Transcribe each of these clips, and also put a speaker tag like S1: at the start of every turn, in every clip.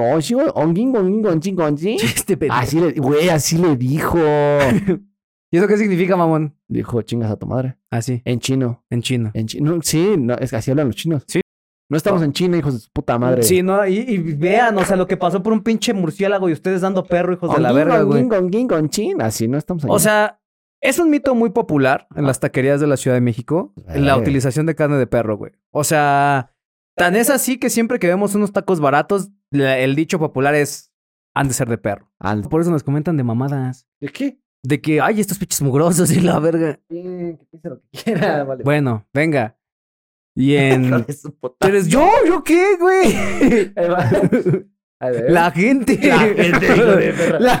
S1: Onshi, onguin, onguin, onchi, onchi.
S2: Este pendejo.
S1: Así le, güey, así le dijo.
S2: ¿Y eso qué significa, mamón?
S1: Dijo, chingas a tu madre.
S2: Así,
S1: En chino.
S2: en chino.
S1: En chino. Sí, no, es que así hablan los chinos.
S2: Sí.
S1: No estamos en China, hijos de su puta madre.
S2: Sí, no, y, y vean, o sea, lo que pasó por un pinche murciélago y ustedes dando perro, hijos de la
S1: Onguin,
S2: verga, güey.
S1: onguin, onguin, onchin. Así no estamos
S2: O sea, es un mito muy popular en las taquerías de la Ciudad de México, la
S1: Eh.
S2: utilización de carne de perro, güey. O sea, tan es así que siempre que vemos unos tacos baratos, la- el dicho popular es, han de ser de perro.
S1: Al-
S2: Por eso nos comentan de mamadas.
S1: ¿De qué?
S2: De que, ay, estos pinches mugrosos y la verga.
S1: Bien, que piense lo que quiera, vale.
S2: Bueno, venga. Y
S1: Hijo
S2: en...
S1: de su puta.
S2: ¿Eres yo? ¿Yo qué, güey?
S1: Ahí va. A ver.
S2: La gente.
S1: ¿Eh? La gente, hijo de perra.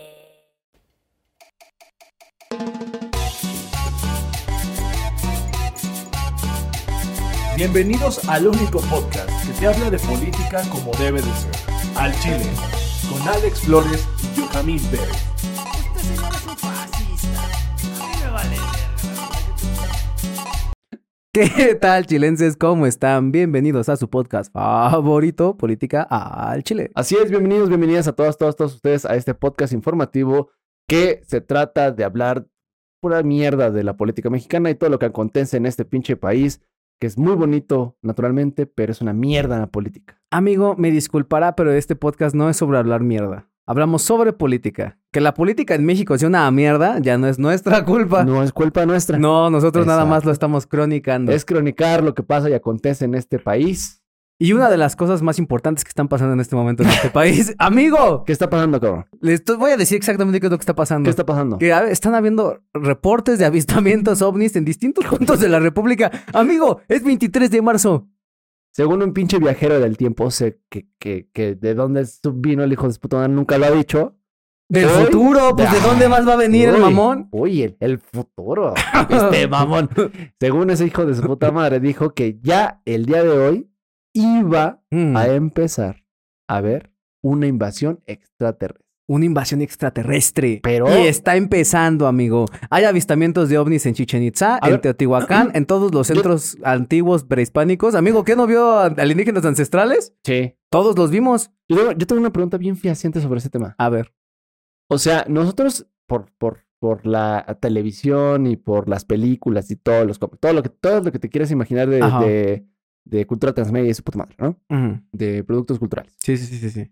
S3: Bienvenidos al único podcast que te habla de política como debe de ser. Al Chile, con Alex Flores y Jamil Pérez.
S2: ¿Qué tal, chilenses? ¿Cómo están? Bienvenidos a su podcast favorito, Política al Chile.
S1: Así es, bienvenidos, bienvenidas a todas, todas, todos ustedes a este podcast informativo que se trata de hablar pura mierda de la política mexicana y todo lo que acontece en este pinche país, que es muy bonito, naturalmente, pero es una mierda la política.
S2: Amigo, me disculpará, pero este podcast no es sobre hablar mierda. Hablamos sobre política. Que la política en México sea una mierda ya no es nuestra culpa. No,
S1: No es culpa nuestra.
S2: nosotros nada
S1: Exacto.
S2: más lo estamos cronicando.
S1: Es cronicar lo que pasa y acontece en este país.
S2: Y una de las cosas más importantes que están pasando en este momento en este país, amigo,
S1: ¿Qué está pasando, cabrón?
S2: les to- voy a decir exactamente qué es lo que está pasando.
S1: ¿Qué está pasando?
S2: Que a- están habiendo reportes de avistamientos ovnis en distintos puntos de la República. Amigo, es 23 de marzo.
S1: Según un pinche viajero del tiempo, sé que, que, que de dónde vino el hijo de su puta madre nunca lo ha dicho.
S2: Del
S1: Hoy,
S2: futuro, pues de
S1: ah,
S2: dónde más va a venir el
S1: Uy,
S2: mamón.
S1: Uy, el, el futuro. Este mamón. Según ese hijo de su puta madre, dijo que ya el día de hoy iba
S2: Mm,
S1: a empezar a ver una invasión extraterrestre.
S2: una invasión extraterrestre.
S1: Pero-
S2: Y está empezando, amigo. Hay avistamientos de ovnis en Chichen Itza, en
S1: ver.
S2: Teotihuacán, en todos los centros antiguos prehispánicos. Amigo, ¿qué no vio a- alienígenas ancestrales?
S1: Sí.
S2: Todos los vimos.
S1: Yo tengo, yo tengo una pregunta bien fehaciente sobre ese tema.
S2: A ver.
S1: O sea, nosotros por, por, por la televisión y por las películas y todos los, com- todo lo que, todo lo que te quieras imaginar de,
S2: Ajá.
S1: de, de cultura transmedia y su puta madre, ¿no?
S2: Ujú.
S1: De productos culturales.
S2: Sí, sí, sí, sí, sí.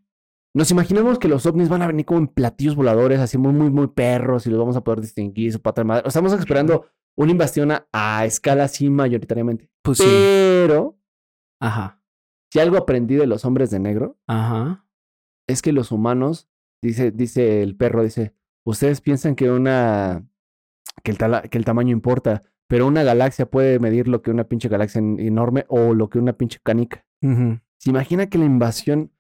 S1: Nos imaginamos que los ovnis van a venir como en platillos voladores, así muy, muy, muy perros y los vamos a poder distinguir, su pata de madre. O estamos esperando una invasión a, a escala así mayoritariamente.
S2: Pues sí.
S1: Pero,
S2: Ajá.
S1: si algo aprendí de los hombres de negro,
S2: Ajá.
S1: es que los humanos, dice, dice el perro, dice, ustedes piensan que una, que el, tala- que el tamaño importa, pero una galaxia puede medir lo que una pinche galaxia en- enorme o lo que una pinche canica.
S2: Ujú.
S1: ¿Se imagina que la invasión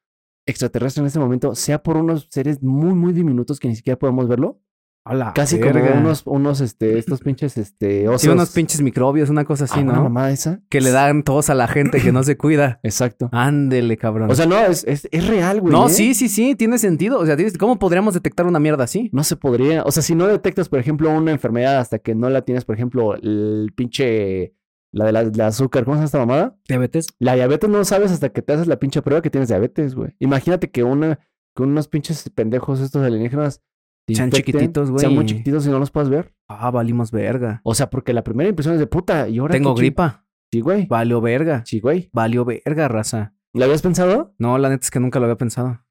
S1: extraterrestre en este momento sea por unos seres muy, muy diminutos que ni siquiera podemos verlo?
S2: A la
S1: Casi
S2: Ah, verga.
S1: como unos, unos, este, estos pinches, este, osos.
S2: Sí, unos pinches microbios, una cosa así,
S1: ¿Alguna
S2: ¿no?
S1: mamada esa?
S2: Que le dan todos a la gente que no se cuida.
S1: Exacto.
S2: Ándele, cabrón.
S1: O sea, no, es, es, es real, güey.
S2: Ah, no,
S1: ¿eh?
S2: sí, sí, sí, tiene sentido. O sea, tienes- ¿cómo podríamos detectar una mierda así?
S1: No se podría. O sea, si no detectas, por ejemplo, una enfermedad hasta que no la tienes, por ejemplo, el pinche. La de la, la azúcar, ¿cómo se llama esta mamada?
S2: Diabetes.
S1: La diabetes no sabes hasta que te haces la pinche prueba que tienes diabetes, güey. Imagínate que una, que unos pinches pendejos estos alienígenas te
S2: Sean chiquititos, güey.
S1: Sean muy chiquititos y no los puedas ver.
S2: Ah, valimos verga.
S1: O sea, porque la primera impresión es de puta y ahora.
S2: Tengo
S1: qué ching-
S2: gripa.
S1: Sí, güey.
S2: Valió verga.
S1: Sí, güey.
S2: Valió verga, raza.
S1: ¿Lo habías pensado?
S2: No, la neta es que nunca lo había pensado.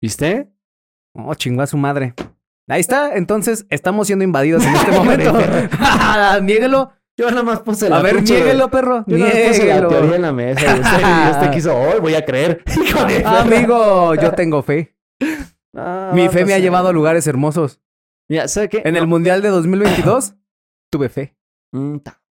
S1: ¿Viste?
S2: Oh, chingó a su madre. Ahí está. Entonces, estamos siendo invadidos en este momento. niéguelo.
S1: Yo nada más puse
S2: A ver,
S1: pinche-
S2: niéguelo, perro.
S1: Yo nada más puse la teoría
S2: Niéguelo.
S1: en la mesa. Y usted, y usted quiso, hoy voy a creer. Hijo de-
S2: Amigo, yo tengo fe.
S1: Ah,
S2: Mi fe
S1: no
S2: me ha
S1: sé.
S2: llevado a lugares hermosos.
S1: Mira, ¿sabes qué?
S2: En el
S1: No.
S2: Mundial de 2022, tuve fe.
S1: Mm, ta.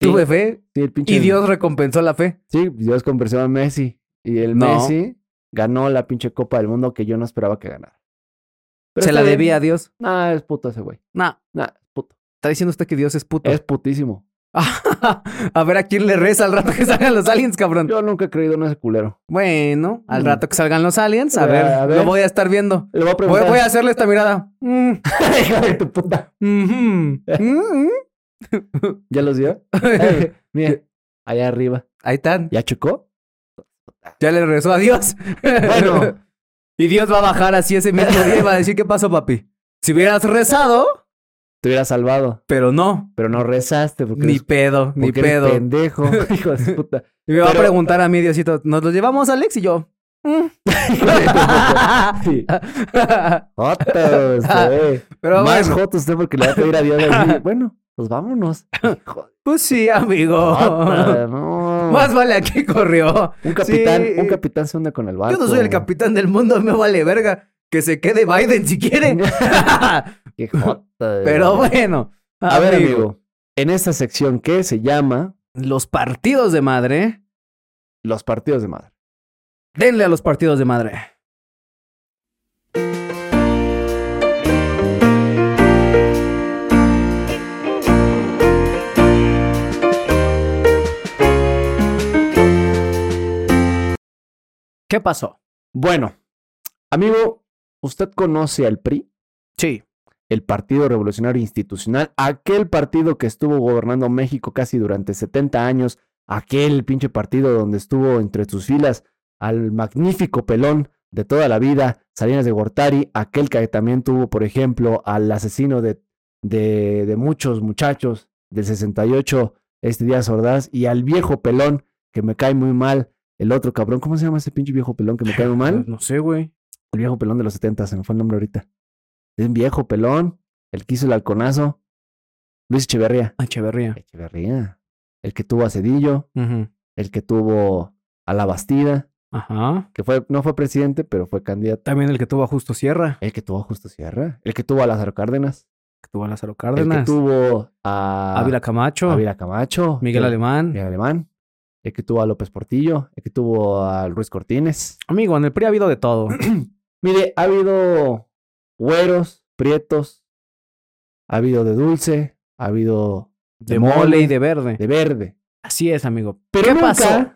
S1: Sí,
S2: Tuve fe
S1: sí, el pinche-
S2: y Dios recompensó la fe.
S1: Sí, Dios conversó a Messi. Y el
S2: No.
S1: Messi ganó la pinche Copa del Mundo que yo no esperaba que ganara. Pero
S2: Se
S1: está
S2: la
S1: bien.
S2: debía a Dios.
S1: Nah, es puto ese güey.
S2: No.
S1: Nah, es puto.
S2: Está diciendo usted que Dios es puto.
S1: Es putísimo.
S2: a ver a quién le reza al rato que salgan los aliens, cabrón.
S1: Yo nunca he creído en ese culero.
S2: Bueno, al
S1: Mm.
S2: rato que salgan los aliens, a
S1: Eh,
S2: ver,
S1: a ver.
S2: lo voy a estar viendo.
S1: Le voy a
S2: Voy,
S1: preguntar.
S2: voy a hacerle esta mirada. Mm,
S1: Hijo de tu puta.
S2: mhm, mm,
S1: ¿Ya los vio?
S2: mm.
S1: Miren, allá arriba.
S2: Ahí están.
S1: ¿Ya chocó?
S2: Ya le rezó a Dios.
S1: Bueno,
S2: Y Dios va a bajar así ese mismo día y va a decir, ¿qué pasó, papi? Si hubieras rezado,
S1: te hubiera salvado,
S2: pero no.
S1: pero no rezaste porque
S2: Ni
S1: eres-
S2: pedo, ni
S1: porque eres
S2: pedo.
S1: pendejo, hijo de su puta.
S2: Y me va
S1: Pero-
S2: a preguntar a mí, Diosito, ¿nos lo llevamos, Alex? Y yo... mm.
S1: Hijo de tu puta. Sí. Jotos,
S2: Ah.
S1: güey.
S2: Pero
S1: Más
S2: bueno,
S1: jotos usted porque le va a pedir a Dios así. Bueno, pues vámonos. Hijo de
S2: pues sí, amigo.
S1: puta, no.
S2: Más vale aquí corrió.
S1: Un capitán,
S2: Sí.
S1: un capitán se hunde con el barco.
S2: Yo no soy el capitán del mundo, me vale verga. Que se quede Biden si quiere.
S1: Qué joto.
S2: Pero bueno.
S1: Eh. A ver, amigo. En esta sección que se llama
S2: Los partidos de madre.
S1: Los partidos de madre.
S2: Denle a los partidos de madre. ¿Qué pasó?
S1: Bueno, amigo, ¿usted conoce al PRI?
S2: Sí.
S1: el Partido Revolucionario Institucional, aquel partido que estuvo gobernando México casi durante 70 años, aquel pinche partido donde estuvo entre sus filas al magnífico pelón de toda la vida, Salinas de Gortari, aquel que también tuvo, por ejemplo, al asesino de, de, de muchos muchachos del 68, este Díaz Ordaz, y al viejo pelón que me cae muy mal, el otro cabrón, ¿cómo se llama ese pinche viejo pelón que me cae muy mal?
S2: No sé, güey.
S1: El viejo pelón de los 70, se me fue el nombre ahorita. Es un viejo pelón, el que hizo el halconazo. Luis Echeverría.
S2: Echeverría.
S1: Echeverría. El que tuvo a Cedillo, el que tuvo a La Bastida,
S2: Ajá.
S1: que fue, no fue presidente, pero fue candidato.
S2: También el que tuvo a Justo Sierra,
S1: El que tuvo a Justo Sierra, el que tuvo a Lázaro Cárdenas,
S2: que tuvo a Lázaro
S1: el que
S2: Cárdenas,
S1: tuvo a
S2: Ávila Camacho,
S1: Ávila Camacho,
S2: Miguel
S1: el-
S2: Alemán.
S1: Miguel Alemán, el que tuvo a López Portillo, el que tuvo a Luis Cortines.
S2: Amigo, en el PRI ha habido de todo.
S1: Mire, ha habido güeros, prietos, ha habido de dulce, ha habido
S2: De mole y de verde.
S1: de verde.
S2: Así es, amigo.
S1: Pero
S2: ¿Qué
S1: nunca,
S2: pasó?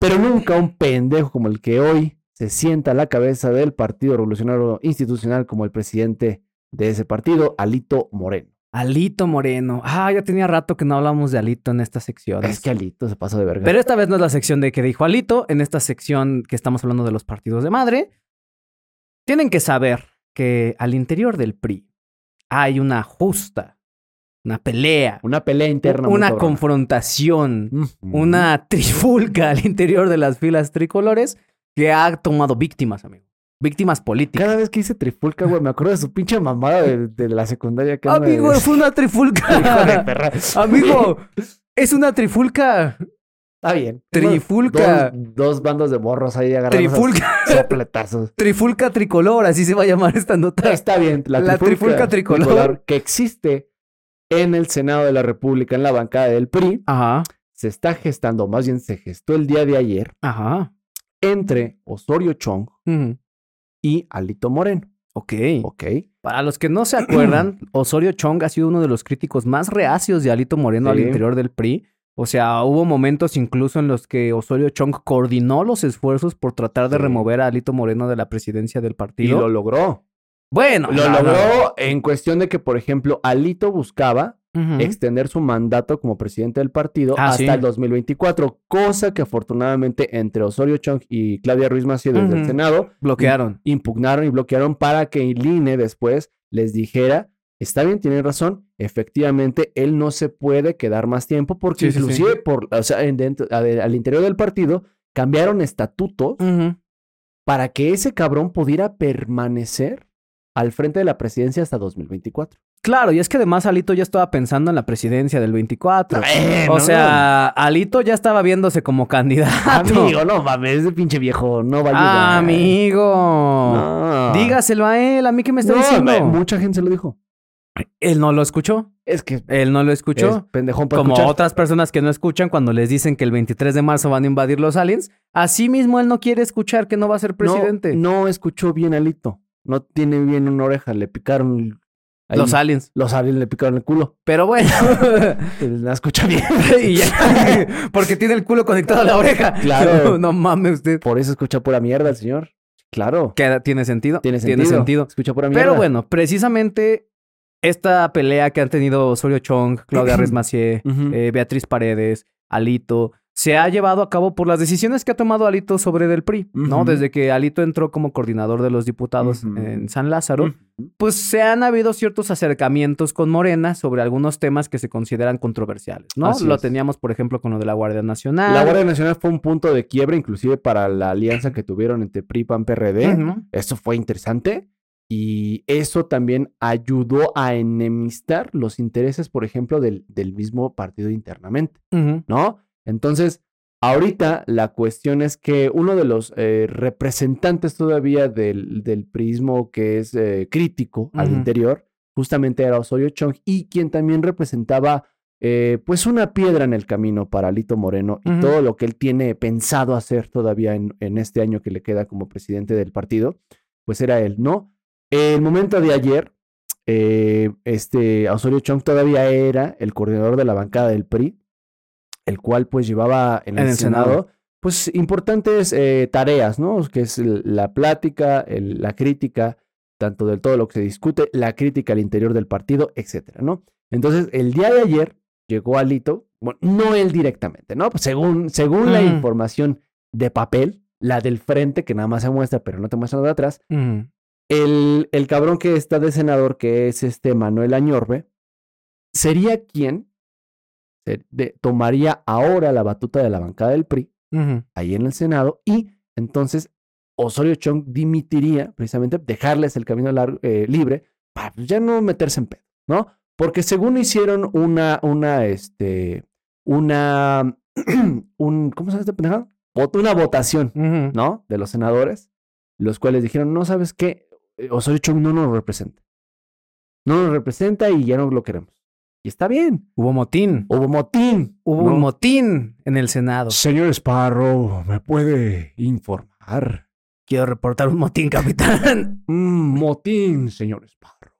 S1: pero nunca un pendejo como el que hoy se sienta a la cabeza del Partido Revolucionario Institucional como el presidente de ese partido, Alito Moreno.
S2: Alito Moreno. Ah, ya tenía rato que no hablamos de Alito en esta sección.
S1: Es que Alito se pasó de verga.
S2: Pero esta vez no es la sección de que dijo Alito, en esta sección que estamos hablando de los partidos de madre. Tienen que saber que al interior del PRI hay una justa, una pelea,
S1: una pelea interna. muy
S2: una
S1: cabrona.
S2: confrontación,
S1: Mm.
S2: una trifulca al interior de las filas tricolores que ha tomado víctimas, amigo. Víctimas políticas.
S1: Cada vez que hice trifulca, güey, me acuerdo de su pinche mamada de, de la secundaria que anda de-
S2: Amigo, fue una
S1: Hijo de
S2: trifulca.
S1: perra.
S2: Amigo, es una trifulca.
S1: Está bien.
S2: Trifulca.
S1: Dos, dos bandos de morros ahí agarrados.
S2: Trifulca,
S1: Sopletazos.
S2: trifulca tricolor, así se va a llamar esta nota.
S1: Está bien. La,
S2: La trifulca tricolor.
S1: que existe en el Senado de la República, en la bancada del PRI,
S2: Ajá,
S1: se está gestando, más bien se gestó el día de ayer,
S2: ajá.
S1: entre Osorio Chong
S2: Ujú.
S1: y Alito Moreno.
S2: Ok.
S1: Ok.
S2: Para los que no se acuerdan, Osorio Chong ha sido uno de los críticos más reacios de Alito Moreno al
S1: Sí.
S2: interior del PRI. O sea, hubo momentos incluso en los que Osorio Chong coordinó los esfuerzos por tratar de
S1: Sí.
S2: remover a Alito Moreno de la presidencia del
S1: Y
S2: partido.
S1: lo logró.
S2: Bueno,
S1: lo
S2: no, no,
S1: logró en cuestión de que, por ejemplo, Alito buscaba
S2: no. Ujú.
S1: extender su mandato como presidente del partido
S2: Ah,
S1: hasta
S2: sí.
S1: el 2024, cosa que afortunadamente entre Osorio Chong y Claudia Ruiz Massieu desde el
S2: Ujú.
S1: Senado
S2: Bloquearon.
S1: impugnaron y bloquearon para que el INE después les dijera, está bien, tienen razón, efectivamente él no se puede quedar más tiempo porque
S2: Sí, sí, sí.
S1: inclusive por, o sea, en dentro- a ver, al interior del partido cambiaron estatutos
S2: Ujú.
S1: para que ese cabrón pudiera permanecer al frente de la presidencia hasta 2024.
S2: Claro, y es que además Alito ya estaba pensando en la presidencia del 24.
S1: Bueno,
S2: O sea, Alito ya estaba viéndose como candidato.
S1: Amigo, no mames, ese pinche viejo no va a ayudar.
S2: Amigo.
S1: No.
S2: Dígaselo a él, a mí que me está
S1: No,
S2: diciendo.
S1: me- mucha gente se lo dijo.
S2: Él no lo escuchó.
S1: Es que
S2: Él no lo
S1: es
S2: escuchó.
S1: pendejón para
S2: Como
S1: escuchar.
S2: otras personas que no escuchan cuando les dicen que el 23 de marzo van a invadir los aliens, así mismo él no quiere escuchar que no va a ser
S1: No,
S2: presidente.
S1: No, escuchó bien Alito. No tiene bien una oreja. Le picaron Ahí
S2: Los aliens.
S1: los aliens le picaron el culo.
S2: Pero bueno.
S1: La escucha bien.
S2: y ya. Porque tiene el culo conectado a la oreja.
S1: Claro.
S2: No mames usted.
S1: Por eso escucha pura mierda el señor. Claro.
S2: ¿Qué- ¿Tiene sentido?
S1: Tiene sentido.
S2: Tiene sentido.
S1: Escucha pura mierda.
S2: Pero bueno, precisamente esta pelea que han tenido Osorio Chong, Claudia Resmacier,
S1: Ujú.
S2: eh, Beatriz Paredes, Alito, se ha llevado a cabo por las decisiones que ha tomado Alito sobre del PRI, ¿no?
S1: Ujú.
S2: Desde que Alito entró como coordinador de los diputados
S1: Ujú.
S2: en San Lázaro,
S1: Ujú.
S2: pues se han habido ciertos acercamientos con Morena sobre algunos temas que se consideran controversiales, ¿no?
S1: Así
S2: lo
S1: es.
S2: teníamos, por ejemplo, con lo de la Guardia Nacional.
S1: La Guardia Nacional fue un punto de quiebre, inclusive para la alianza que tuvieron entre PRI, PAN, PRD.
S2: Ujú.
S1: Eso fue interesante. Y eso también ayudó a enemistar los intereses, por ejemplo, del, del mismo partido internamente,
S2: Ujú.
S1: ¿no? Entonces, ahorita la cuestión es que uno de los eh, representantes todavía del, del prismo que es eh, crítico al
S2: Ujú.
S1: interior, justamente era Osorio Chong, y quien también representaba, eh, pues, una piedra en el camino para Lito Moreno y
S2: Ujú.
S1: todo lo que él tiene pensado hacer todavía en, en este año que le queda como presidente del partido, pues era él, ¿no? El momento de ayer, eh, este Osorio Chong todavía era el coordinador de la bancada del PRI, el cual pues llevaba en el,
S2: En el
S1: Senado,
S2: Senado.
S1: pues importantes eh, tareas, ¿no? Que es el- la plática, el- la crítica, tanto de todo lo que se discute, la crítica al interior del partido, etcétera, ¿no? Entonces, el día de ayer llegó Alito, bueno, no él directamente, ¿no? Pues según, según la
S2: Ujú.
S1: información de papel, la del frente que nada más se muestra, pero no te muestra nada de atrás,
S2: Ujú.
S1: el, el cabrón que está de senador, que es este Manuel Añorbe, sería quien eh, de- tomaría ahora la batuta de la bancada del PRI,
S2: Ujú.
S1: ahí en el Senado, y entonces Osorio Chong dimitiría, precisamente, dejarles el camino largo- eh, libre para pues, ya no meterse en pedo, ¿no? Porque según hicieron una, una, este, una, un, ¿cómo se llama este pendejado? Vot- Una votación,
S2: Ujú.
S1: ¿no? De los senadores, los cuales dijeron, no sabes qué, Eh, Osorio Chong no nos representa. No nos representa y ya no lo queremos. Y está bien.
S2: Hubo motín.
S1: Hubo motín.
S2: Hubo
S1: ¿no?
S2: un motín en el Senado.
S1: Señor Sparrow, ¿me puede informar?
S2: Quiero reportar un motín, capitán.
S1: Mm, motín, señor Sparrow.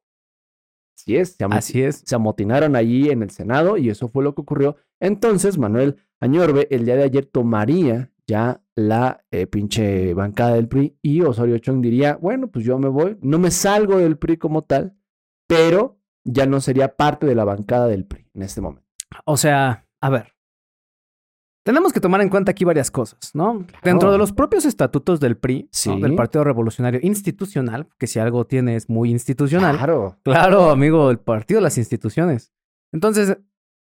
S1: Así es, se, amot-
S2: Así es.
S1: se amotinaron allí en el Senado y eso fue lo que ocurrió. Entonces, Manuel Añorbe el día de ayer tomaría ya la eh, pinche bancada del PRI y Osorio Chong diría, bueno, pues yo me voy, no me salgo del PRI como tal, pero ya no sería parte de la bancada del PRI en este momento.
S2: O sea, a ver. Tenemos que tomar en cuenta aquí varias cosas, ¿no? Dentro de los propios estatutos del PRI, ¿no?
S1: Sí.
S2: del Partido Revolucionario Institucional, que si algo tiene es muy institucional. Claro,
S1: Claro.
S2: amigo, el partido, las instituciones. Entonces,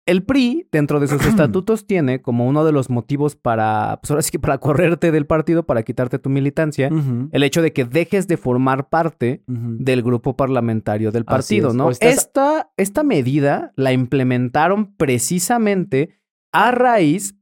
S2: el PRI, dentro de sus estatutos, tiene como uno de los motivos para, pues ahora sí que para correrte del partido, para quitarte tu militancia,
S1: Mm.
S2: el hecho de que dejes de formar parte del grupo parlamentario del
S1: Así
S2: partido,
S1: es.
S2: ¿no?
S1: O estás-
S2: Esta, esta medida la implementaron precisamente a raíz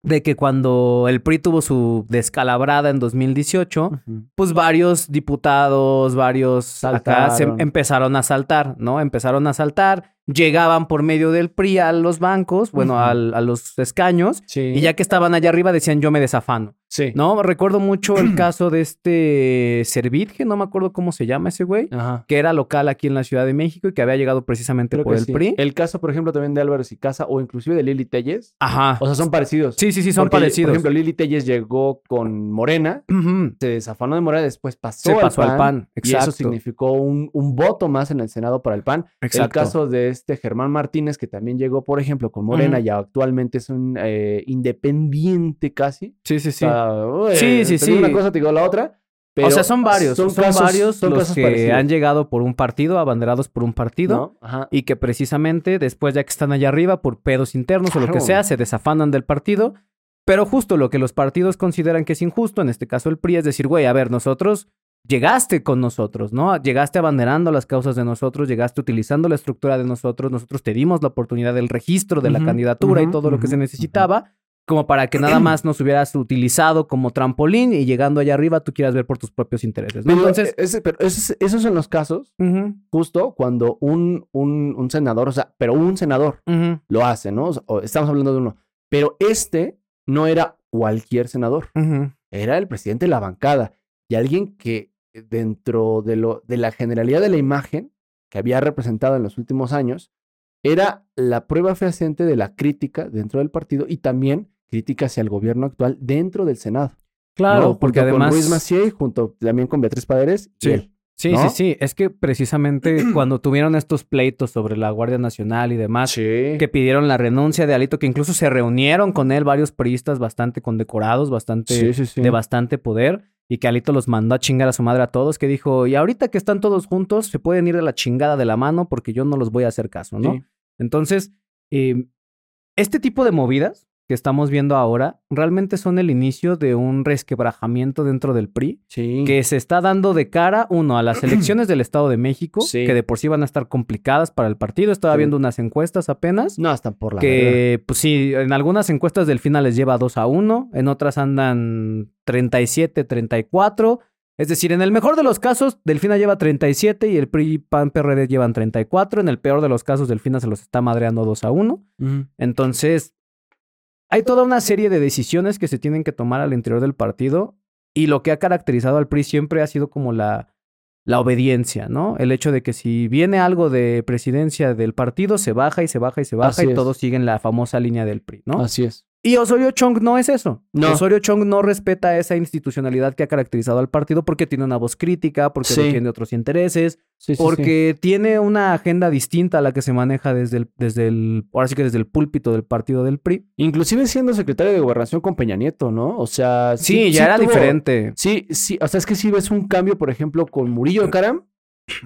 S2: de que cuando el PRI tuvo su descalabrada en 2018, pues varios diputados, varios acá se
S1: Saltaron.
S2: empezaron a saltar, ¿no? Empezaron a saltar, llegaban por medio del PRI a los bancos, bueno,
S1: Ujú.
S2: al- a los escaños,
S1: Sí.
S2: y ya que estaban allá arriba decían yo me desafano.
S1: Sí.
S2: No, recuerdo mucho el caso de este Servit, que no me acuerdo cómo se llama ese güey,
S1: Ajá.
S2: que era local aquí en la Ciudad de México y que había llegado precisamente
S1: Creo
S2: por
S1: que
S2: el
S1: sí. Eh,
S2: PRI.
S1: El caso, por ejemplo, también de Álvaro y Casa o inclusive de Lili Telles.
S2: Ajá.
S1: O sea, son parecidos.
S2: sí, sí, sí, son
S1: Porque,
S2: parecidos.
S1: Por ejemplo, Lili Telles llegó con Morena,
S2: Ujú.
S1: se desafanó de Morena, después pasó,
S2: Se pasó al PAN,
S1: Y eso
S2: exacto.
S1: significó un, un voto más en el Senado para el PAN. El
S2: Exacto.
S1: caso de este Germán Martínez, que también llegó, por ejemplo, con Morena
S2: Ujú.
S1: y actualmente es un eh, independiente casi.
S2: Sí, sí, sí.
S1: O sea, uy,
S2: Sí, sí,
S1: te digo
S2: sí.
S1: Una cosa te digo la otra.
S2: o
S1: pero
S2: sea, son varios. Son,
S1: casos-
S2: varios
S1: son
S2: los
S1: casos
S2: que
S1: parecidos,
S2: han llegado por un partido, abanderados por un partido.
S1: ¿no? Ajá.
S2: Y que precisamente después, ya que están allá arriba, por pedos internos o lo que
S1: Claro.
S2: sea, se desafanan del partido. Pero justo lo que los partidos consideran que es injusto, en este caso el PRI, es decir, güey, a ver, nosotros llegaste con nosotros, ¿no? Llegaste abanderando las causas de nosotros, llegaste utilizando la estructura de nosotros, nosotros te dimos la oportunidad del registro de la
S1: Ujú,
S2: candidatura y
S1: ujú,
S2: todo lo que se
S1: ujú,
S2: necesitaba, como para que nada más nos hubieras utilizado como trampolín y llegando allá arriba tú quieras ver por tus propios intereses, pues, ¿no?
S1: Pero,
S2: Entonces,
S1: eh, ese- pero esos, esos son los casos
S2: ujú,
S1: justo cuando un, un, un senador, o sea, pero un senador
S2: ujú,
S1: lo hace, ¿no? O sea, o- estamos hablando de uno. Pero este no era cualquier senador,
S2: ujú.
S1: era el presidente eh, de la bancada y alguien que dentro de, lo, de la generalidad de la imagen que había representado en los últimos años, era la prueba fehaciente de la crítica dentro del partido y también crítica hacia el gobierno actual dentro del Senado.
S2: Claro,
S1: ¿no?
S2: porque
S1: Junto
S2: además.
S1: Con Luis Macié, junto también con Beatriz Paredes. y
S2: Sí.
S1: él.
S2: sí,
S1: ¿no?
S2: sí, sí. Es que precisamente cuando tuvieron estos pleitos sobre la Guardia Nacional y demás,
S1: Sí.
S2: Ah, que pidieron la renuncia de Alito, que incluso se reunieron con él varios priistas bastante condecorados, bastante
S1: Sí, sí, sí.
S2: de bastante poder y que Alito los mandó a chingar a su madre a todos, que dijo, y ahorita que están todos juntos, se pueden ir a la chingada de la mano porque yo no los voy a hacer caso, ¿no?
S1: Sí.
S2: Entonces, eh, este tipo de movidas que estamos viendo ahora realmente son el inicio de un resquebrajamiento dentro del PRI
S1: Sí.
S2: que se está dando de cara, uno, a las elecciones del Estado de México,
S1: Sí.
S2: que de por sí van a estar complicadas para el partido. Estaba
S1: Sí.
S2: viendo unas encuestas apenas
S1: No, hasta por la verga.
S2: que, pues sí, en algunas encuestas del final les lleva 2 a 1, en otras andan 37, 34. Es decir, en el mejor de los casos, Delfina lleva 37 y el PRI PAN PRD llevan 34. En el peor de los casos, Delfina se los está madreando 2 a 1. Entonces, hay toda una serie de decisiones que se tienen que tomar al interior del partido y lo que ha caracterizado al PRI siempre ha sido como la, la obediencia, ¿no? El hecho de que si viene algo de presidencia del partido, se baja y se baja y se baja
S1: Así
S2: y
S1: es.
S2: todos siguen la famosa línea del PRI, ¿no?
S1: Así es.
S2: Y Osorio Chong no es eso.
S1: No.
S2: Osorio Chong no respeta esa institucionalidad que ha caracterizado al partido porque tiene una voz crítica, porque
S1: Sí.
S2: defiende otros intereses,
S1: Sí, sí, sí.
S2: porque tiene una agenda distinta a la que se maneja desde el, desde el, ahora sí que desde el púlpito del partido del PRI.
S1: Inclusive siendo secretario de gobernación con Peña Nieto, ¿no? O sea...
S2: Sí, ya era
S1: tuvo-
S2: diferente.
S1: Sí, sí. O sea, es que si ves un cambio, por ejemplo, con Murillo Karam,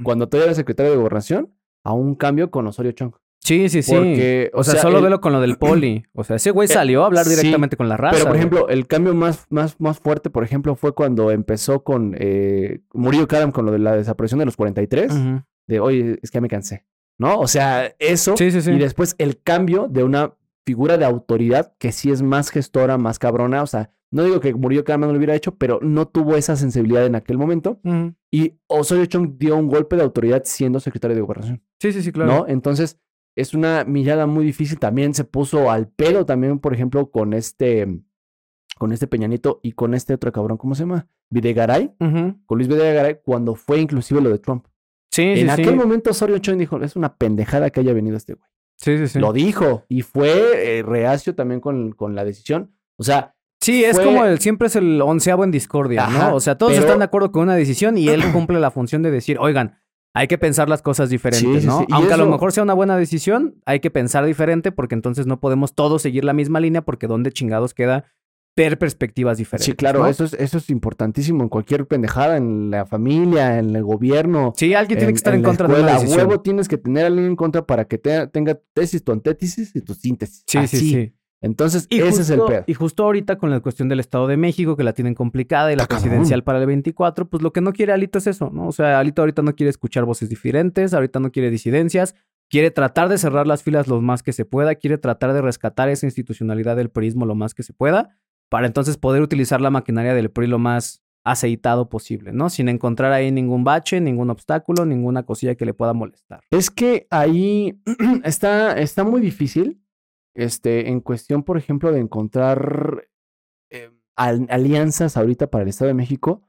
S1: cuando todavía era secretario de gobernación, a un cambio con Osorio Chong.
S2: Sí, sí, sí.
S1: Porque,
S2: o, sea, solo
S1: el-
S2: velo con lo del poli. O sea, ese güey
S1: Eh,
S2: salió a hablar
S1: sí,
S2: directamente con la raza.
S1: Pero, por
S2: güey.
S1: ejemplo, el cambio más, más, más fuerte, por ejemplo, fue cuando empezó con eh, Murillo Karam con lo de la desaparición de los 43.
S2: Ujú.
S1: de oye, es que ya me cansé, ¿no? O sea, eso.
S2: Sí, sí, sí.
S1: Y después el cambio de una figura de autoridad que sí es más gestora, más cabrona. O sea, no digo que Murillo Carmen no lo hubiera hecho, pero no tuvo esa sensibilidad en aquel momento.
S2: Ujú.
S1: Y Osorio Chong dio un golpe de autoridad siendo secretario de gobernación,
S2: Sí, sí, sí, claro.
S1: ¿no? Entonces, es una mirada muy difícil. También se puso al pelo también, por ejemplo, con este, con este Peñanito y con este otro cabrón, ¿cómo se llama? Videgaray,
S2: Ujú.
S1: con Luis Videgaray, cuando fue inclusive lo de Trump.
S2: Sí, sí,
S1: En
S2: sí.
S1: aquel momento Osorio Chong dijo, es una pendejada que haya venido este güey.
S2: sí, sí, sí.
S1: Lo dijo y fue eh, reacio también con, con la decisión. O sea,
S2: Sí, es
S1: fue-
S2: como el siempre es el onceavo en discordia,
S1: Ajá,
S2: ¿no? O sea, todos
S1: pero-
S2: están de acuerdo con una decisión y él cumple la función de decir, oigan, hay que pensar las cosas
S1: Sí,
S2: diferentes,
S1: sí,
S2: ¿no?
S1: sí, y
S2: Aunque a lo
S1: eso-
S2: mejor sea una buena decisión, hay que pensar diferente porque entonces no podemos todos seguir la misma línea porque donde chingados queda ver perspectivas diferentes.
S1: sí, claro,
S2: ¿no?
S1: eso, es, eso es importantísimo en cualquier pendejada, en la familia, en el gobierno.
S2: Sí, alguien tiene que estar en,
S1: la
S2: contra de
S1: escuela.
S2: una
S1: A
S2: decisión.
S1: huevo tienes que tener a alguien en contra para que te- tenga tesis, tu antítesis y tu síntesis.
S2: Sí, sí,
S1: Así.
S2: sí.
S1: Entonces,
S2: Y
S1: ese
S2: justo,
S1: es el pedo.
S2: Y justo ahorita con la cuestión del Estado de México, que la tienen complicada, y la
S1: Está cabrón.
S2: presidencial para el 24, pues lo que no quiere Alito es eso, ¿no? O sea, Alito ahorita no quiere escuchar voces diferentes, ahorita no quiere disidencias, quiere tratar de cerrar las filas lo más que se pueda, quiere tratar de rescatar esa institucionalidad del PRIismo lo más que se pueda, para entonces poder utilizar la maquinaria del PRI lo más aceitado posible, ¿no? Sin encontrar ahí ningún bache, ningún obstáculo, ninguna cosilla que le pueda molestar.
S1: Es que ahí está, está muy difícil, este, en cuestión, por ejemplo, de encontrar eh, al- alianzas ahorita para el Estado de México,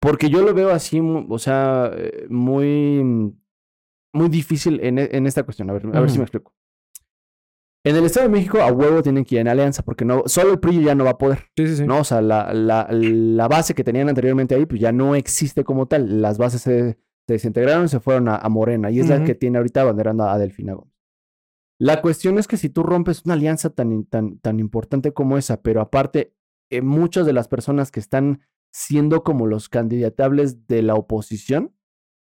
S1: porque yo lo veo así, mu- o sea, eh, muy, mm, muy difícil en, e- en esta cuestión. A ver, a ver si
S2: Ujú.
S1: me explico. En el Estado de México a huevo tienen que ir en alianza, porque no, solo el PRI ya no va a poder.
S2: Sí, sí, sí.
S1: ¿no? O sea, la, la- la base que tenían anteriormente ahí, pues ya no existe como tal. Las bases se, se desintegraron, se fueron a, a Morena y es la
S2: Ujú.
S1: que tiene ahorita abanderando a Delfina Gómez. La cuestión es que si tú rompes una alianza tan, in- tan, tan importante como esa, pero aparte, eh, muchas de las personas que están siendo como los candidatables de la oposición,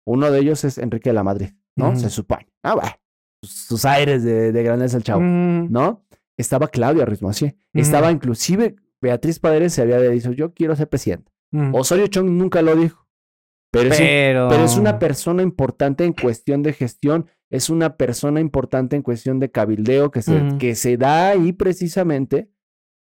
S1: uno de ellos es Enrique de la Madrid, ¿no?
S2: Ujú.
S1: Se supone. Ah, va. Sus aires de, de grandeza el chavo.
S2: Mm,
S1: ¿no? Estaba Claudia Rismasié. Estaba inclusive Beatriz Paredes se había dicho, yo quiero ser presidenta.
S2: mm.
S1: Osorio Chong nunca lo dijo. Pero, es un-
S2: Pero...
S1: pero es una persona importante en cuestión de gestión, es una persona importante en cuestión de cabildeo que se,
S2: Ujú.
S1: que se da ahí precisamente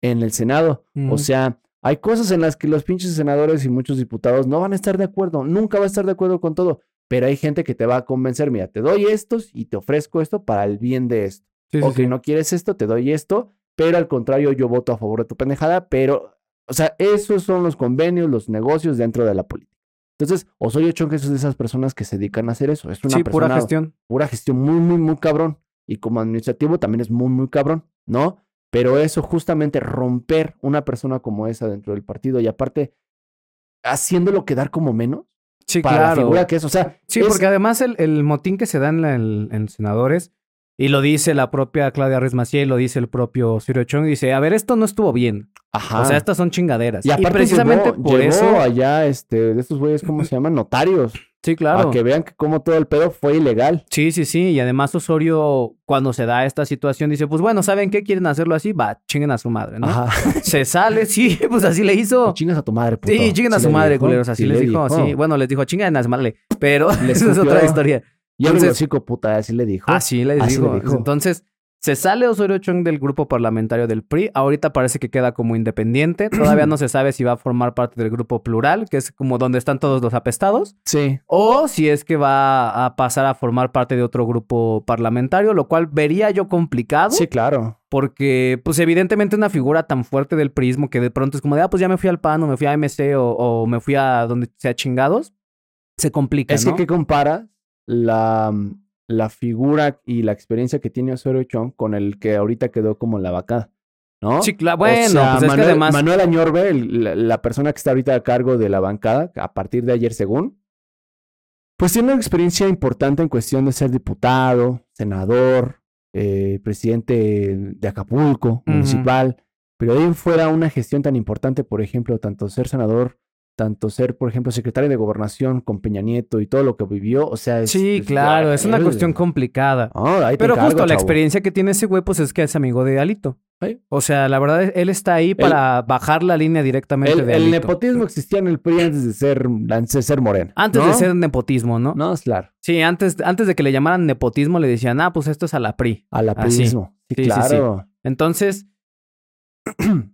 S1: en el Senado. O
S2: Ujú.
S1: sea, hay cosas en las que los pinches senadores y muchos diputados no van a estar de acuerdo, nunca va a estar de acuerdo con todo, pero hay gente que te va a convencer, mira, te doy estos y te ofrezco esto para el bien de esto
S2: Sí, sí,
S1: ok,
S2: sí.
S1: no quieres esto, te doy esto, pero al contrario, yo voto a favor de tu pendejada, pero, o sea, esos son los convenios, los negocios dentro de la política. Entonces, Osorio Chonques es de esas personas que se dedican a hacer eso. Es una
S2: sí,
S1: persona
S2: pura gestión.
S1: pura gestión muy, muy, muy cabrón. Y como administrativo también es muy, muy cabrón, ¿no? Pero eso, justamente romper una persona como esa dentro del partido y aparte haciéndolo quedar como menos
S2: Sí,
S1: para la
S2: claro.
S1: figura que es. O sea,
S2: Sí,
S1: es-
S2: porque además el, el motín que se da en, la- en- en senadores, y lo dice la propia Claudia Ruiz Macié, y lo dice el propio Ciro Chong, dice, a ver, esto no estuvo bien.
S1: Ajá.
S2: O sea, estas son chingaderas.
S1: y
S2: Y,
S1: aparte
S2: precisamente
S1: llevó,
S2: por
S1: llevó
S2: eso...
S1: allá, este, de estos güeyes, ¿cómo se llaman? Notarios.
S2: Sí, claro.
S1: A que vean que como todo el pedo fue ilegal.
S2: Sí, sí, sí. Y además Osorio, cuando se da esta situación, dice, pues bueno, ¿saben qué? ¿Quieren hacerlo así? Va, chinguen a su madre, ¿no?
S1: Ajá.
S2: Se sale, sí, pues así le
S1: Y
S2: hizo.
S1: Chingas a tu madre, puto.
S2: Sí, chinguen a
S1: Sí
S2: su
S1: le
S2: madre,
S1: dijo,
S2: culeros. Así
S1: sí
S2: les
S1: le
S2: dijo, sí. Bueno, les dijo, chinguen a su madre. Pero
S1: Le
S2: esa es otra
S1: escupió.
S2: historia.
S1: Y el
S2: entonces- Ah,
S1: hocico, puta, así le dijo.
S2: Así les
S1: Así
S2: digo.
S1: le dijo.
S2: Entonces, se sale Osorio Chong del grupo parlamentario del PRI. Ahorita parece que queda como independiente. Todavía no se sabe si va a formar parte del grupo plural, que es como donde están todos los apestados.
S1: Sí.
S2: O si es que va a pasar a formar parte de otro grupo parlamentario, lo cual vería yo complicado.
S1: Sí, claro.
S2: Porque, pues, evidentemente una figura tan fuerte del prismo que de pronto es como de, ah, pues ya me fui al PAN o me fui a MC o, o me fui a donde sea chingados, se complica,
S1: Es
S2: ¿no?
S1: que, ¿qué comparas la, la figura y la experiencia que tiene Osorio Chong con el que ahorita quedó como la vaca? ¿No?
S2: Sí, claro.
S1: O
S2: Bueno,
S1: sea,
S2: pues es
S1: Manuel,
S2: que además...
S1: Manuel Añorbe, el- la, la persona que está ahorita a cargo de la bancada, a partir de ayer según, pues tiene una experiencia importante en cuestión de ser diputado, senador, eh, presidente de Acapulco,
S2: Ujú.
S1: municipal, pero de ahí en fuera una gestión tan importante, por ejemplo, tanto ser senador, tanto ser, por ejemplo, secretario de gobernación con Peña Nieto y todo lo que vivió, o sea... es-
S2: Sí,
S1: es-
S2: claro, es una
S1: eh,
S2: cuestión complicada.
S1: ah, ahí te
S2: Pero
S1: encargo,
S2: justo la
S1: chavo.
S2: experiencia que tiene ese güey, pues es que es amigo de Alito.
S1: Sí.
S2: O sea, la verdad, él está ahí para bajar la línea directamente
S1: El,
S2: de
S1: el
S2: Alito.
S1: nepotismo existía en el PRI antes de ser, antes de ser morena.
S2: Antes
S1: ¿no?
S2: de ser nepotismo, ¿no?
S1: No, claro.
S2: Sí, antes, antes de que le llamaran nepotismo, le decían, ah, pues esto es a la PRI.
S1: Al
S2: Así.
S1: apeísmo. Sí,
S2: Sí, sí,
S1: claro.
S2: Entonces,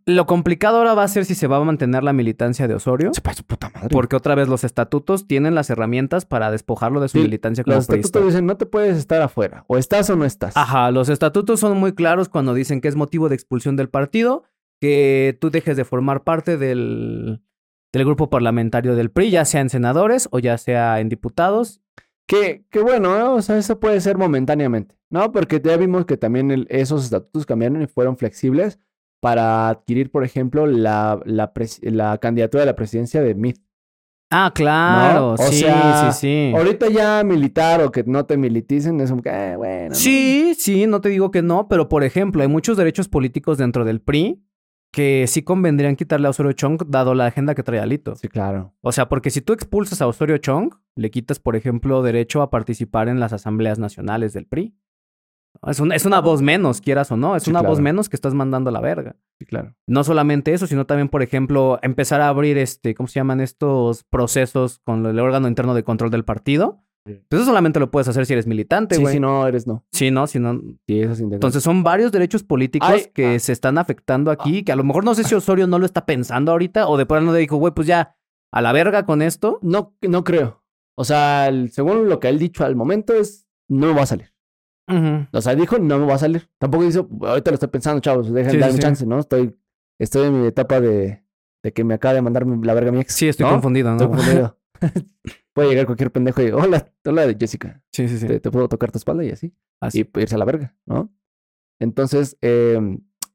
S2: lo complicado ahora va a ser si se va a mantener la militancia de Osorio.
S1: Sepa su puta madre.
S2: Porque otra vez los estatutos tienen las herramientas para despojarlo de su
S1: Sí,
S2: militancia como
S1: los
S2: priista.
S1: estatutos dicen, no te puedes estar afuera. O estás o no estás.
S2: Ajá, los estatutos son muy claros cuando dicen que es motivo de expulsión del partido, que tú dejes de formar parte del, del grupo parlamentario del PRI, ya sea en senadores o ya sea en diputados.
S1: Que, que bueno, ¿eh? o sea, eso puede ser momentáneamente. No, porque ya vimos que también el- esos estatutos cambiaron y fueron flexibles para adquirir, por ejemplo, la, la, pres- la candidatura de la presidencia de MIT.
S2: Ah, claro,
S1: O
S2: sí,
S1: sea,
S2: sí, sí.
S1: Ahorita ya militar o que no te militicen es como que, eh, bueno. ¿no?
S2: Sí, sí, no te digo que no, pero por ejemplo, hay muchos derechos políticos dentro del PRI que sí convendrían quitarle a Osorio Chong dado la agenda que trae Alito.
S1: Sí, claro.
S2: O sea, porque si tú expulsas a Osorio Chong, le quitas, por ejemplo, derecho a participar en las asambleas nacionales del PRI. Es una, es una voz menos, quieras o no. Es
S1: Sí,
S2: una voz
S1: claro.
S2: menos que estás mandando a la verga.
S1: Sí, claro.
S2: No solamente eso, sino también, por ejemplo, empezar a abrir este, ¿cómo se llaman estos procesos con el órgano interno de control del partido?
S1: Sí.
S2: Pues eso solamente lo puedes hacer si eres militante,
S1: Sí,
S2: güey.
S1: si no, eres no.
S2: Sí, no, si no.
S1: Sí, eso es
S2: Entonces son varios derechos políticos
S1: Ay,
S2: que
S1: ah.
S2: se están afectando aquí, que a lo mejor no sé si Osorio no lo está pensando ahorita o de pronto le dijo, güey, pues ya, a la verga con esto.
S1: No, no creo. O sea, el- según lo que él dicho al momento es, no me va a salir.
S2: Ujú.
S1: O sea, dijo, no me va a salir. Tampoco dice, ahorita lo estoy pensando, chavos, dejen
S2: Sí, sí,
S1: darme
S2: sí.
S1: chance, ¿no? Estoy, estoy en mi etapa de, de que me acaba de mandar mi- la verga mi ex.
S2: Sí, estoy
S1: ¿no?
S2: confundido, ¿no?
S1: Estoy confundido. Puede llegar cualquier pendejo y, hola, hola Jessica,
S2: Sí, sí, sí.
S1: ¿te, te puedo tocar tu espalda y así.
S2: Así.
S1: Y irse a la verga, ¿no? Entonces, eh,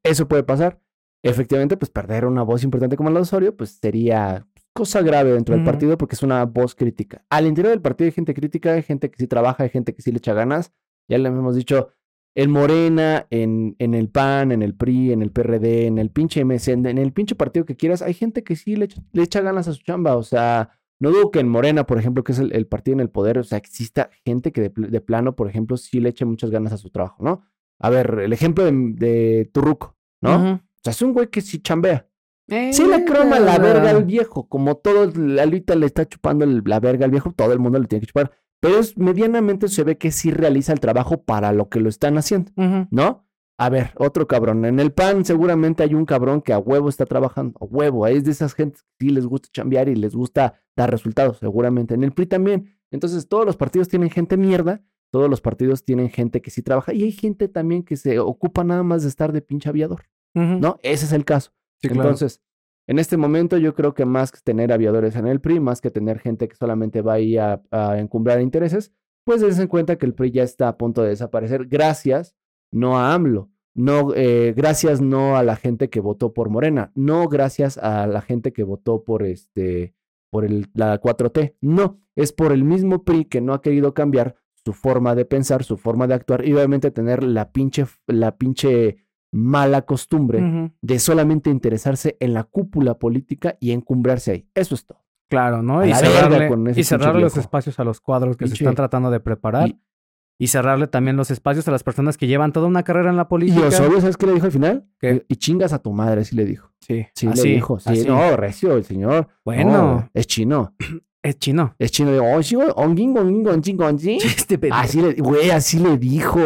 S1: eso puede pasar. Efectivamente, pues perder una voz importante como la de Osorio, pues sería cosa grave dentro del
S2: Ujú.
S1: partido porque es una voz crítica. Al interior del partido hay gente crítica, hay gente que sí trabaja, hay gente que sí le echa ganas. Ya le hemos dicho, en Morena, en, en el PAN, en el PRI, en el PRD, en el pinche MC, en, en el pinche partido que quieras, hay gente que sí le echa, le echa ganas a su chamba. O sea, no dudo que en Morena, por ejemplo, que es el, el partido en el poder, o sea, exista gente que de, pl- de plano, por ejemplo, sí le eche muchas ganas a su trabajo, ¿no? A ver, el ejemplo de, de Turruco, ¿no?
S2: Ujú.
S1: O sea, es un güey que sí chambea.
S2: Eh,
S1: Sí le croma la verga al viejo, como todo, el- ahorita le está chupando el- la verga al viejo, todo el mundo le tiene que chupar, pero es, medianamente se ve que sí realiza el trabajo para lo que lo están haciendo,
S2: Ujú.
S1: ¿no? A ver, otro cabrón, en el PAN seguramente hay un cabrón que a huevo está trabajando, a huevo, es de esas gentes que sí les gusta chambear y les gusta dar resultados, seguramente en el PRI también, entonces todos los partidos tienen gente mierda, todos los partidos tienen gente que sí trabaja y hay gente también que se ocupa nada más de estar de pinche aviador,
S2: Ujú.
S1: ¿no? Ese es el caso.
S2: Sí, claro.
S1: Entonces, En este momento yo creo que más que tener aviadores en el PRI, más que tener gente que solamente va ahí a, a encumbrar intereses, pues dense en cuenta que el PRI ya está a punto de desaparecer gracias no a AMLO, no eh, gracias no a la gente que votó por Morena, no gracias a la gente que votó por este por el, la 4T, no, es por el mismo PRI que no ha querido cambiar su forma de pensar, su forma de actuar y obviamente tener la pinche la pinche mala costumbre
S2: Ujú.
S1: de solamente interesarse en la cúpula política y encumbrarse ahí. Eso es todo.
S2: Claro, ¿no?
S1: A
S2: Y
S1: la verga
S2: cerrarle,
S1: con ese
S2: y cerrar
S1: pinche
S2: los
S1: viejo.
S2: espacios a los cuadros que se
S1: Pinche-
S2: están tratando de preparar.
S1: Y-
S2: Y, cerrarle también los espacios a las personas que llevan toda una carrera en la
S1: Y
S2: política.
S1: Osorio, ¿sabes qué le dijo al final?
S2: ¿Qué? ¿Ah,
S1: Y chingas a tu madre, sí le dijo.
S2: Sí,
S1: Sí
S2: así,
S1: le dijo. Sí,
S2: así.
S1: no, recio, el señor.
S2: Bueno.
S1: No, es chino.
S2: Es chino.
S1: Es chino. Digo, "Oh, sí, güey, onguín, onguín, onguín, onguín".
S2: Este pendejo.
S1: Así le, güey, así le dijo.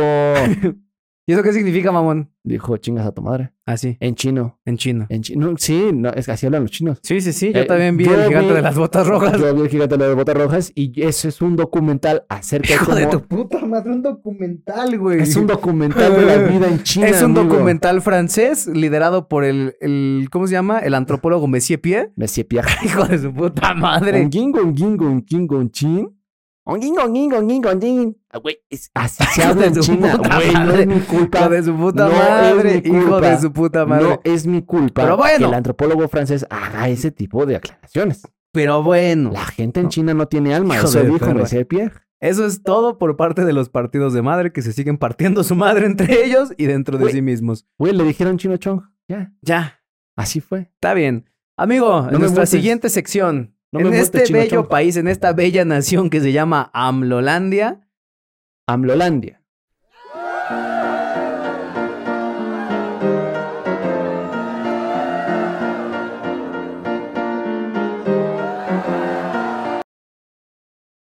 S2: ¿Y eso qué significa, mamón?
S1: dijo, chingas a tu madre.
S2: Así,
S1: En chino.
S2: en chino.
S1: En chino. Sí, no, es que así hablan los chinos.
S2: Sí, sí, sí. Yo
S1: Eh,
S2: también vi
S1: yo
S2: el gigante
S1: vi-
S2: de las botas rojas.
S1: Yo vi el gigante de las botas rojas y ese es un documental acerca
S2: Hijo de
S1: cómo-
S2: tu puta madre, un documental, güey.
S1: Es un documental de la vida en China.
S2: Es un
S1: amigo.
S2: documental francés liderado por el, el- ¿cómo se llama? El antropólogo Messier Pie.
S1: Me decía Pierre.
S2: Hijo de su puta madre.
S1: Onguín, onguín, onguín, onguín. Onguín, onguín, onguín, onguín. Ah, güey, es- así se habla en
S2: Hijo de su
S1: China.
S2: puta
S1: Güey, no
S2: madre.
S1: es mi
S2: Hijo
S1: culpa.
S2: de su puta
S1: No es
S2: madre.
S1: mi
S2: Hijo
S1: culpa.
S2: de su puta madre.
S1: No es mi culpa
S2: Pero bueno.
S1: que el antropólogo francés haga ese tipo de aclaraciones.
S2: Pero bueno,
S1: La gente en China no tiene alma.
S2: Hijo
S1: Eso
S2: de
S1: dijo
S2: perra.
S1: Mercedes Pierre.
S2: eso es todo por parte de los partidos de madre que se siguen partiendo su madre entre ellos y dentro de
S1: Güey.
S2: sí mismos.
S1: Güey, le dijeron chino chong. Ya,
S2: Ya,
S1: así fue.
S2: Está bien. Amigo,
S1: me
S2: en nuestra
S1: multes.
S2: siguiente sección,
S1: No me
S2: en
S1: multes,
S2: este
S1: chino
S2: bello
S1: chongo.
S2: país, en esta bella nación que se llama Amlolandia,
S1: Amlolandia.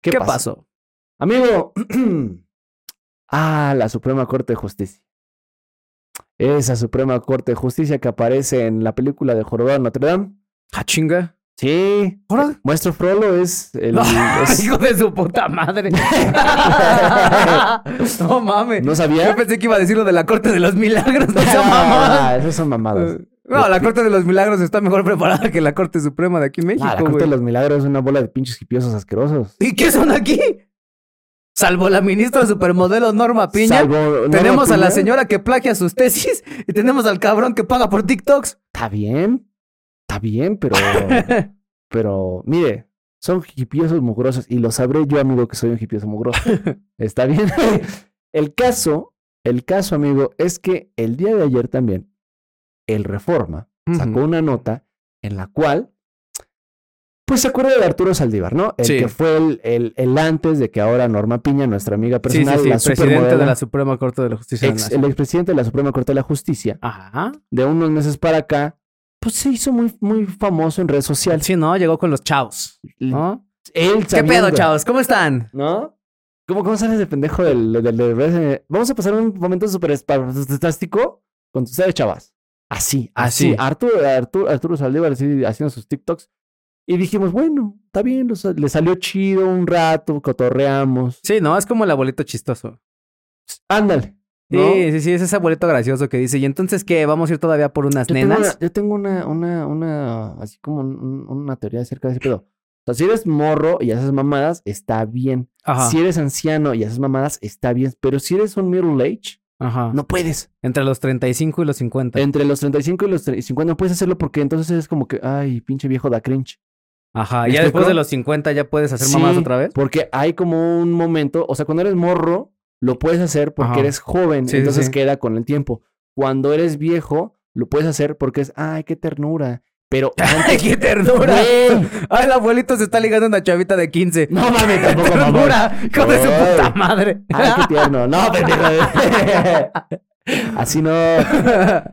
S2: ¿qué,
S1: ¿Qué pasó?
S2: pasó?
S1: Amigo, ah, la Suprema Corte de Justicia. Esa Suprema Corte de Justicia que aparece en la película de Jorobado de Notre Dame.
S2: Ah, chinga.
S1: Sí.
S2: Ahora.
S1: Maestro Frollo es el.
S2: No,
S1: es-
S2: hijo de su puta madre. no mames.
S1: ¿No
S2: Yo
S1: sabía?
S2: pensé que iba a decir lo de la Corte de los Milagros. No sea mamón.
S1: Ah, esas son mamadas.
S2: No, la Corte de los Milagros está mejor preparada que la Corte Suprema de aquí en México,
S1: Ah, la Corte
S2: güey.
S1: de los Milagros es una bola de pinches hipiosos asquerosos.
S2: ¿Y qué son aquí? Salvo la ministra supermodelo Norma Piña.
S1: Salvo Norma
S2: Tenemos a la
S1: Piña.
S2: señora que plagia sus tesis y tenemos al cabrón que paga por TikToks.
S1: Está bien. Está bien, pero. pero, mire, son hipiosos mugrosos. Y lo sabré yo, amigo, que soy un hipioso mugroso. Está bien. el caso, el caso, amigo, es que el día de ayer también, el Reforma sacó
S2: Ujú.
S1: una nota en la cual. Pues se acuerda de Arturo Saldívar, ¿no? El
S2: Sí.
S1: que fue el, el- el antes de que ahora Norma Piña, nuestra amiga
S2: Sí,
S1: personal,
S2: sí, sí,
S1: la
S2: presidente de
S1: supermodelo,
S2: la Suprema Corte de la Justicia de la
S1: ex- el
S2: Nación.
S1: expresidente de la Suprema Corte de la Justicia,
S2: Ajá.
S1: de unos meses para acá, pues se hizo muy, muy famoso en redes sociales.
S2: Sí, ¿no? Llegó con los chavos, ¿no?
S1: Él
S2: ¿Qué
S1: sabiendo-
S2: pedo, chavos? ¿Cómo están?
S1: ¿No? ¿Cómo, cómo sales de pendejo del, del- del- del- Vamos a pasar un momento súper fantástico con tus seres chavas. Así, así.
S2: Así.
S1: Arturo, Arturo, Arturo Saldívar así, haciendo sus TikToks. Y dijimos, bueno, está bien, los- le salió chido un rato, cotorreamos.
S2: Sí, ¿no? Es como el abuelito chistoso.
S1: Ándale.
S2: Sí,
S1: ¿no?
S2: sí, sí, es ese abuelito gracioso que dice, ¿y entonces qué? ¿Vamos a ir todavía por unas
S1: Yo tengo, una,
S2: nenas?
S1: yo tengo una, una, una, así como un- un- una teoría acerca de ese pedo. O sea, si eres morro y haces mamadas, está bien.
S2: Ajá,
S1: Si eres anciano y haces mamadas, está bien. Pero si eres un middle age,
S2: ajá.
S1: no puedes.
S2: Entre los 35 y los 50.
S1: Entre los 35 y los 30 y 50 no puedes hacerlo porque entonces es como que, ay, pinche viejo da cringe.
S2: Ajá,
S1: ¿Me
S2: ya después
S1: explico?
S2: de los 50 ya puedes hacer
S1: Sí,
S2: mamás otra vez.
S1: Porque hay como un momento, o sea, cuando eres morro, lo puedes hacer porque
S2: Ajá.
S1: eres joven,
S2: Sí, sí,
S1: entonces
S2: sí.
S1: queda con el tiempo. Cuando eres viejo, lo puedes hacer porque es, ay, qué ternura. Pero
S2: ¡Ay, qué ternura!
S1: Güey.
S2: Ay, el abuelito se está ligando a una chavita de 15.
S1: No mames, tampoco, mamón.
S2: ¡Ternura! ¡Hijo de su
S1: Ay.
S2: puta madre!
S1: Ay, qué tierno. No, pendejo. Así no.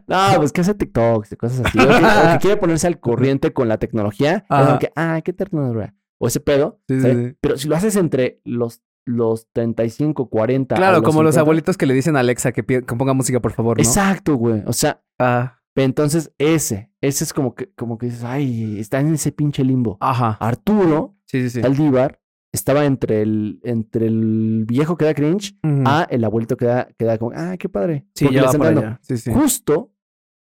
S1: No, pues que hace TikToks y cosas así. O que, o que quiere ponerse al corriente con la tecnología. Es como
S2: Ajá.
S1: que, ay, qué ternura. O ese pedo.
S2: Sí, sí,
S1: ¿sabes?
S2: sí.
S1: Pero si lo haces entre los, los 35, 40. a
S2: Claro, como los
S1: 50,
S2: abuelitos que le dicen a Alexa que, pi- que ponga música, por favor, ¿no?
S1: Exacto, güey. O sea,
S2: Ah,
S1: entonces ese. Ese es como que, como que dices, ay, está en ese pinche limbo.
S2: ajá.
S1: Arturo
S2: Sí, Ah. sí, sí.
S1: Saldívar estaba entre el, entre el viejo que da cringe
S2: Ujú.
S1: Ah, el abuelito queda, queda como, ah, qué padre.
S2: sí,
S1: porque
S2: ya
S1: le
S2: va
S1: están
S2: para
S1: dando.
S2: allá. Sí, sí.
S1: Justo,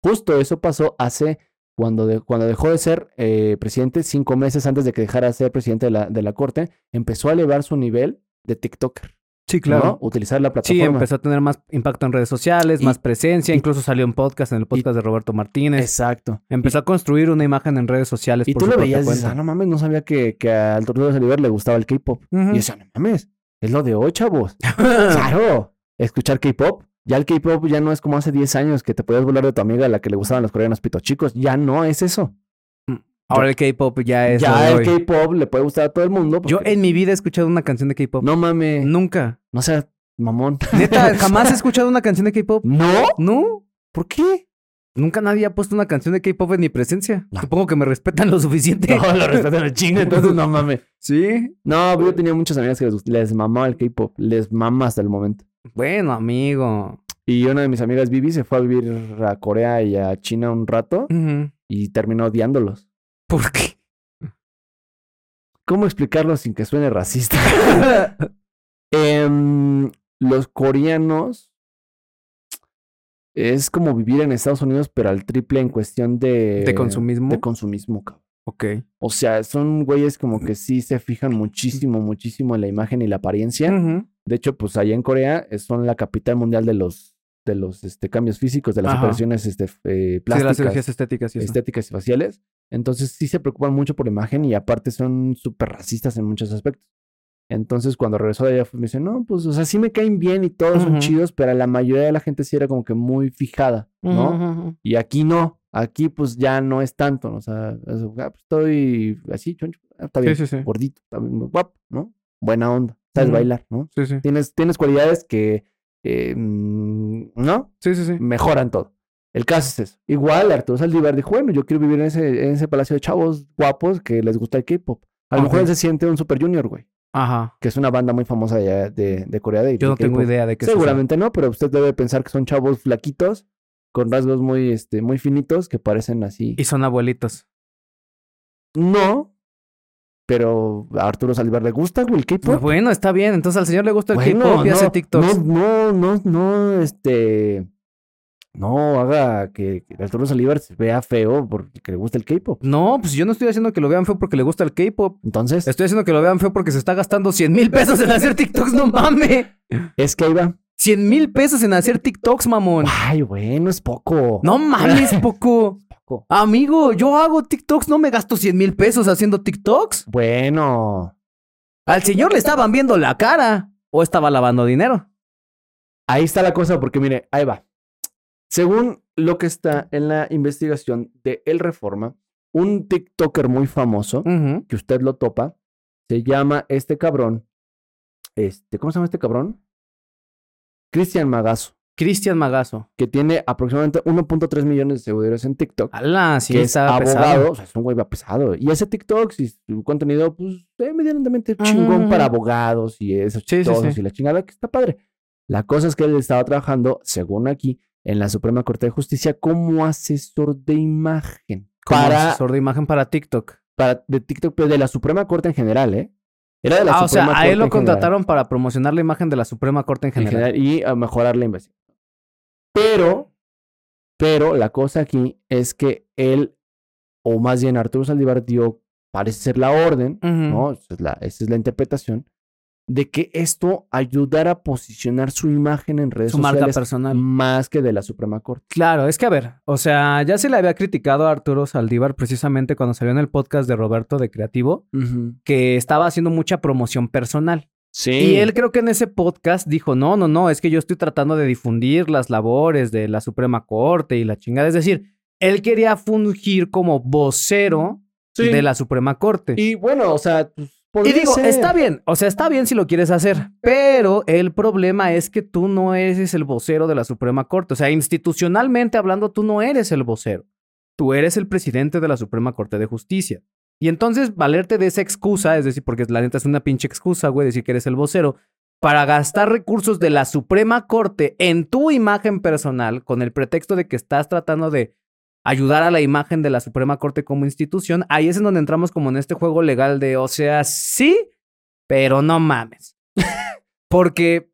S1: justo eso pasó hace cuando, de- cuando dejó de ser eh, presidente, cinco meses antes de que dejara de ser presidente de la, de la corte, empezó a elevar su nivel de TikToker,
S2: Sí,
S1: ¿no? Utilizar la
S2: Sí,
S1: plataforma.
S2: empezó a tener más impacto en redes sociales,
S1: Y-
S2: más presencia,
S1: y-
S2: incluso salió en podcast, en el podcast de Roberto Martínez.
S1: Exacto.
S2: empezó a construir una imagen en redes sociales.
S1: Y
S2: por
S1: tú
S2: su
S1: lo
S2: propia
S1: veías y dices,
S2: cuenta.
S1: ah, no mames, no sabía que, que al torneo de Oliver le gustaba el K-pop.
S2: Ujú.
S1: "Ah, Y yo decía, no mames, es lo de hoy, chavos. claro, escuchar K-pop. Ya el K-pop ya no es como hace 10 años que te podías burlar de tu amiga a la que le gustaban los coreanos pito chicos. Ya no es eso.
S2: Ahora el K-pop ya es. lo de
S1: ya el
S2: hoy.
S1: K-pop le puede gustar a todo el mundo.
S2: Yo
S1: porque-
S2: en mi vida he escuchado una canción de K-pop.
S1: No mames, no,
S2: Nunca.
S1: seas mamón.
S2: Neta, jamás he escuchado una canción de K-pop.
S1: ¿No?
S2: No,
S1: ¿Por qué?
S2: nunca nadie ha puesto una canción de K-pop en mi presencia.
S1: No.
S2: Supongo que me respetan lo suficiente.
S1: No, lo respetan el chingo, entonces no mames.
S2: Sí.
S1: No, pues yo tenía muchas amigas que les, gust- les mamaba el K-pop. Les mamaba hasta el momento.
S2: Bueno, amigo.
S1: Y una de mis amigas, Vivi, se fue a vivir a Corea y a China un rato
S2: Ujú.
S1: y terminó odiándolos.
S2: ¿Por qué?
S1: ¿Cómo explicarlo sin que suene racista? Em, los coreanos es como vivir en Estados Unidos, pero al triple en cuestión de...
S2: ¿De consumismo?
S1: De consumismo, cabrón.
S2: ok.
S1: O sea, son güeyes como que sí se fijan muchísimo, muchísimo en la imagen y la apariencia.
S2: Ujú.
S1: De hecho, pues allá en Corea eh, son la capital mundial de los, de los este, cambios físicos, de las
S2: Ajá.
S1: operaciones este, f- eh,
S2: Sí, de
S1: plásticas. este,
S2: las cirugías estéticas y eso.
S1: estéticas y faciales. Entonces sí se preocupan mucho por imagen y aparte son súper racistas en muchos aspectos. Entonces cuando regresó de allá fue- me dice, no, pues, o sea, sí me caen bien y todos son
S2: Ujú.
S1: chidos, pero la mayoría de la gente sí era como que muy fijada, ¿no?
S2: Ujú.
S1: Y aquí no, aquí pues ya no es tanto, ¿no? o sea, es, ah, pues, estoy así, choncho, ah, está bien,
S2: Sí, sí, sí.
S1: gordito, está bien, guapo, ¿no? Buena onda, sabes
S2: Ujú.
S1: bailar, ¿no?
S2: Sí, sí.
S1: Tienes, tienes cualidades que, eh, mm, ¿no?
S2: Sí, sí, sí.
S1: mejoran todo. El caso es eso. Igual Arturo Saldívar dijo, bueno, yo quiero vivir en ese, en ese palacio de chavos guapos que les gusta el K-pop. A lo
S2: Ok.
S1: mejor él se siente un Super Junior, güey,
S2: Ajá.
S1: que es una banda muy famosa de, allá de, de Corea. De,
S2: Yo no
S1: de K-pop.
S2: tengo idea de qué es eso.
S1: Seguramente no, pero usted debe pensar que son chavos flaquitos, con rasgos muy, este, muy finitos, que parecen así.
S2: Y son abuelitos.
S1: No, pero a Arturo Saldívar le gusta, güey, el
S2: Pues
S1: K-pop.
S2: bueno, está bien. Entonces al señor le gusta el
S1: Bueno,
S2: K-pop y hace
S1: no,
S2: TikToks.
S1: No, no, no, no, este. No haga que que Arturo Saldívar se vea feo porque le gusta el K-pop.
S2: No, pues yo no estoy haciendo que lo vean feo porque le gusta el K-pop.
S1: Entonces,
S2: Estoy haciendo que lo vean feo porque se está gastando 100 mil pesos en hacer TikToks, no mames.
S1: es que ahí va.
S2: 100 mil pesos en hacer TikToks, mamón.
S1: Ay, bueno, es poco.
S2: No mames, poco.
S1: Poco.
S2: Amigo, yo hago TikToks, no me gasto 100 mil pesos haciendo TikToks.
S1: Bueno,
S2: Al señor le estaban viendo la cara. O estaba lavando dinero.
S1: ahí está la cosa, porque mire, ahí va. Según lo que está en la investigación de El Reforma, un TikToker muy famoso,
S2: Ujú.
S1: que usted lo topa, se llama este cabrón. Este, ¿cómo se llama este cabrón? Cristian Magazo.
S2: Cristian Magazo.
S1: que tiene aproximadamente 1.3 millones de seguidores en TikTok.
S2: Alá, Ah, sí,
S1: que es
S2: está
S1: abogado,
S2: pesado.
S1: o sea, es un güey va pesado. Y ese TikTok, si su contenido, pues, eh, medianamente
S2: Ajá,
S1: chingón
S2: ajá.
S1: para abogados y esos
S2: Sí, sí,
S1: chistosos
S2: sí.
S1: y la chingada, que está padre. La cosa es que él estaba trabajando, según aquí, en la Suprema Corte de Justicia como asesor de imagen.
S2: Como
S1: para,
S2: asesor de imagen para TikTok.
S1: para de TikTok, pero de la Suprema Corte en general, ¿eh? Era de la
S2: Ah, o sea,
S1: Suprema
S2: a él lo
S1: Corte en general.
S2: contrataron para promocionar la imagen de la Suprema Corte en
S1: en
S2: general.
S1: general y a mejorar la inversión. Pero, pero la cosa aquí es que él, o más bien Arturo Saldívar dio, parece ser la orden,
S2: Ujú.
S1: ¿no? Esa es la, esa es la interpretación, de que esto ayudara a posicionar su imagen en redes
S2: Su marca
S1: sociales
S2: personal.
S1: más que de la Suprema Corte.
S2: Claro, es que a ver, o sea, ya se le había criticado a Arturo Saldívar precisamente cuando salió en el podcast de Roberto de Creativo, que estaba haciendo mucha promoción personal.
S1: Sí.
S2: Y él creo que en ese podcast dijo, no, no, no, es que yo estoy tratando de difundir las labores de la Suprema Corte y la chingada. Es decir, él quería fungir como vocero
S1: Sí.
S2: de la Suprema Corte.
S1: Y bueno, o sea, pues,
S2: Y
S1: podría
S2: digo,
S1: ser.
S2: está bien, o sea, está bien si lo quieres hacer, pero el problema es que tú no eres el vocero de la Suprema Corte. O sea, institucionalmente hablando, tú no eres el vocero. Tú eres el presidente de la Suprema Corte de Justicia. Y entonces, valerte de esa excusa, es decir, porque la neta es una pinche excusa, güey, decir que eres el vocero, para gastar recursos de la Suprema Corte en tu imagen personal, con el pretexto de que estás tratando de ayudar a la imagen de la Suprema Corte como institución, ahí es en donde entramos como en este juego legal de, o sea, sí, pero no mames. Porque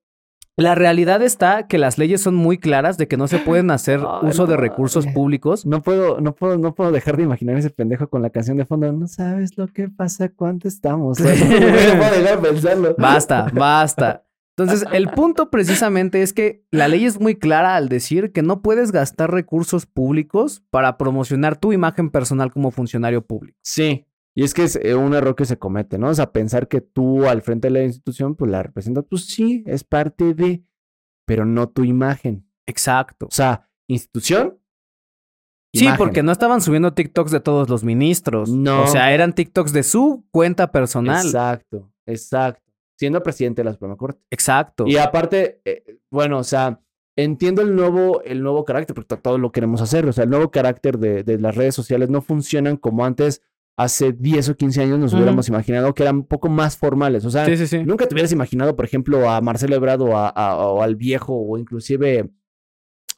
S2: La realidad está que las leyes son muy claras de que no se pueden hacer
S1: Ay,
S2: uso de
S1: no.
S2: recursos públicos.
S1: No puedo, no puedo, no puedo dejar de imaginar ese pendejo con la canción de fondo. No sabes lo que pasa cuando estamos. solos". no puedo dejar de pensarlo.
S2: Basta, basta. Entonces, el punto precisamente es que la ley es muy clara al decir que no puedes gastar recursos públicos para promocionar tu imagen personal como funcionario público.
S1: Sí. Y es que es eh, un error que se comete, ¿no? O sea, pensar que tú al frente de la institución, pues la representas, pues sí, es parte de, pero no tu imagen.
S2: Exacto.
S1: O sea, institución.
S2: Sí,
S1: imagen.
S2: porque no estaban subiendo TikToks de todos los ministros.
S1: No.
S2: O sea, eran TikToks de su cuenta personal.
S1: Exacto, exacto. Siendo presidente de la Suprema Corte.
S2: Exacto.
S1: Y aparte, eh, bueno, o sea, entiendo el nuevo, el nuevo carácter, porque to- todo lo queremos hacer. O sea, el nuevo carácter de, de las redes sociales no funcionan como antes, hace 10 o 15 años nos
S2: Ujú.
S1: hubiéramos imaginado que eran un poco más formales. O sea,
S2: Sí, sí, sí.
S1: nunca te hubieras imaginado, por ejemplo, a Marcelo Ebrard o, a- a- o al viejo o inclusive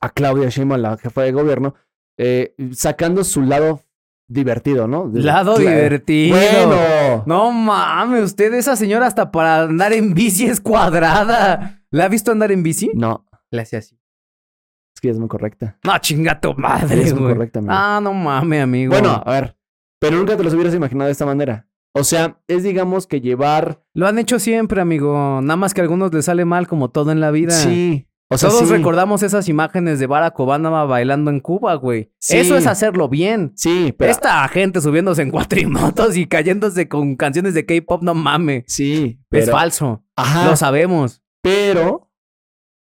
S1: a Claudia Sheinbaum, la jefa de gobierno, eh, sacando su lado divertido, ¿no? De-
S2: Lado
S1: Cla-
S2: divertido.
S1: Bueno.
S2: No mames, usted, esa señora hasta para andar en bici es cuadrada. ¿La ha visto andar en bici?
S1: No,
S2: La hace así.
S1: es que ya es muy correcta.
S2: No, chinga tu
S1: Ella
S2: madre,
S1: es muy
S2: güey.
S1: correcta, amigo.
S2: Ah, no mames, amigo.
S1: Bueno, a ver, pero nunca te los hubieras imaginado de esta manera. O sea, es digamos que llevar.
S2: Lo han hecho siempre, amigo. Nada más que a algunos les sale mal, como todo en la vida.
S1: Sí. O sea,
S2: Todos
S1: sí,
S2: recordamos esas imágenes de Barack Obama bailando en Cuba, güey.
S1: Sí.
S2: Eso es hacerlo bien.
S1: Sí, pero.
S2: Esta gente subiéndose en cuatrimotos y cayéndose con canciones de K-pop, no mames.
S1: Sí, pero. Ah.
S2: Es falso.
S1: Ajá.
S2: Lo sabemos.
S1: Pero.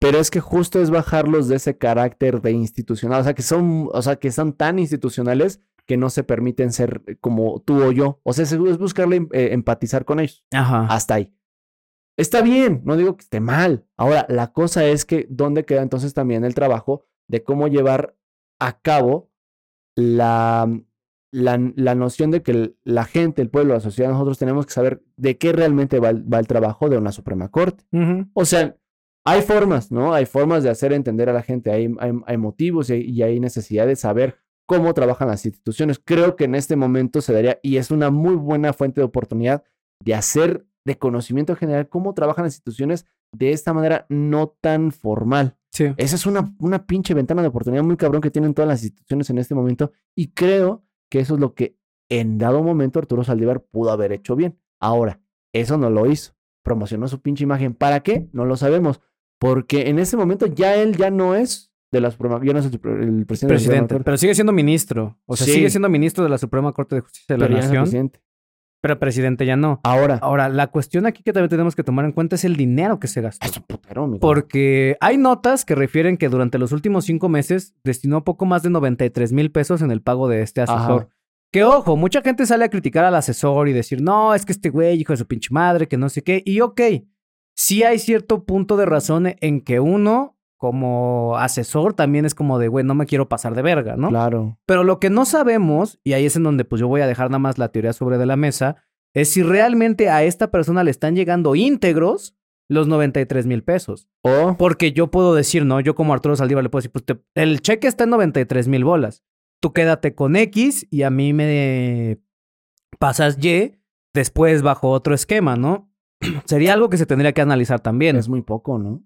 S1: Pero es que justo es bajarlos de ese carácter de institucional. O sea, que son, o sea, que son tan institucionales que no se permiten ser como tú o yo. O sea, es es buscarle eh, empatizar con ellos.
S2: Ajá.
S1: Hasta ahí. Está bien, no digo que esté mal. Ahora, la cosa es que dónde queda entonces también el trabajo de cómo llevar a cabo la, la, la noción de que el- la gente, el pueblo, la sociedad, nosotros tenemos que saber de qué realmente va el- va el trabajo de una Suprema Corte.
S2: Ujú.
S1: O sea, hay formas, ¿no? Hay formas de hacer entender a la gente, hay, hay, hay motivos y hay, y hay necesidad de saber cómo trabajan las instituciones. Creo que en este momento se daría, y es una muy buena fuente de oportunidad de hacer de conocimiento general cómo trabajan las instituciones de esta manera no tan formal.
S2: Sí.
S1: Esa es una, una pinche ventana de oportunidad muy cabrón que tienen todas las instituciones en este momento y creo que eso es lo que en dado momento Arturo Saldívar pudo haber hecho bien. Ahora, eso no lo hizo. Promocionó su pinche imagen. ¿Para qué? No lo sabemos. Porque en ese momento ya él ya no es de las Suprema- ya no es el, supre- el presidente. de la Suprema
S2: Presidente.
S1: Corte,
S2: Pero sigue siendo ministro. O sea,
S1: Sí.
S2: sigue siendo ministro de la Suprema Corte de Justicia de la
S1: pero ya no es el
S2: Nación. Oh.
S1: presidente. Ah.
S2: Pero presidente ya no.
S1: Ahora,
S2: Ahora, la cuestión aquí que también tenemos que tomar en cuenta es el dinero que se gastó.
S1: es un putero, amigo.
S2: Porque hay notas que refieren que durante los últimos cinco meses destinó poco más de 93 mil pesos en el pago de este asesor.
S1: Ajá.
S2: Que ojo, mucha gente sale a criticar al asesor y decir, no, es que este güey, hijo de su pinche madre, que no sé qué. Y ok, sí hay cierto punto de razón en que uno, como asesor, también es como de, güey, no me quiero pasar de verga, ¿no?
S1: Claro.
S2: Pero lo que no sabemos, y ahí es en donde pues yo voy a dejar nada más la teoría sobre de la mesa, es si realmente a esta persona le están llegando íntegros los 93 mil pesos.
S1: O,
S2: Porque yo puedo decir, ¿no? Yo como Arturo Saldívar le puedo decir, pues te- el cheque está en 93 mil bolas. Tú quédate con X y a mí me pasas Y después bajo otro esquema, ¿no? Sería algo que se tendría que analizar también.
S1: es muy poco, ¿no?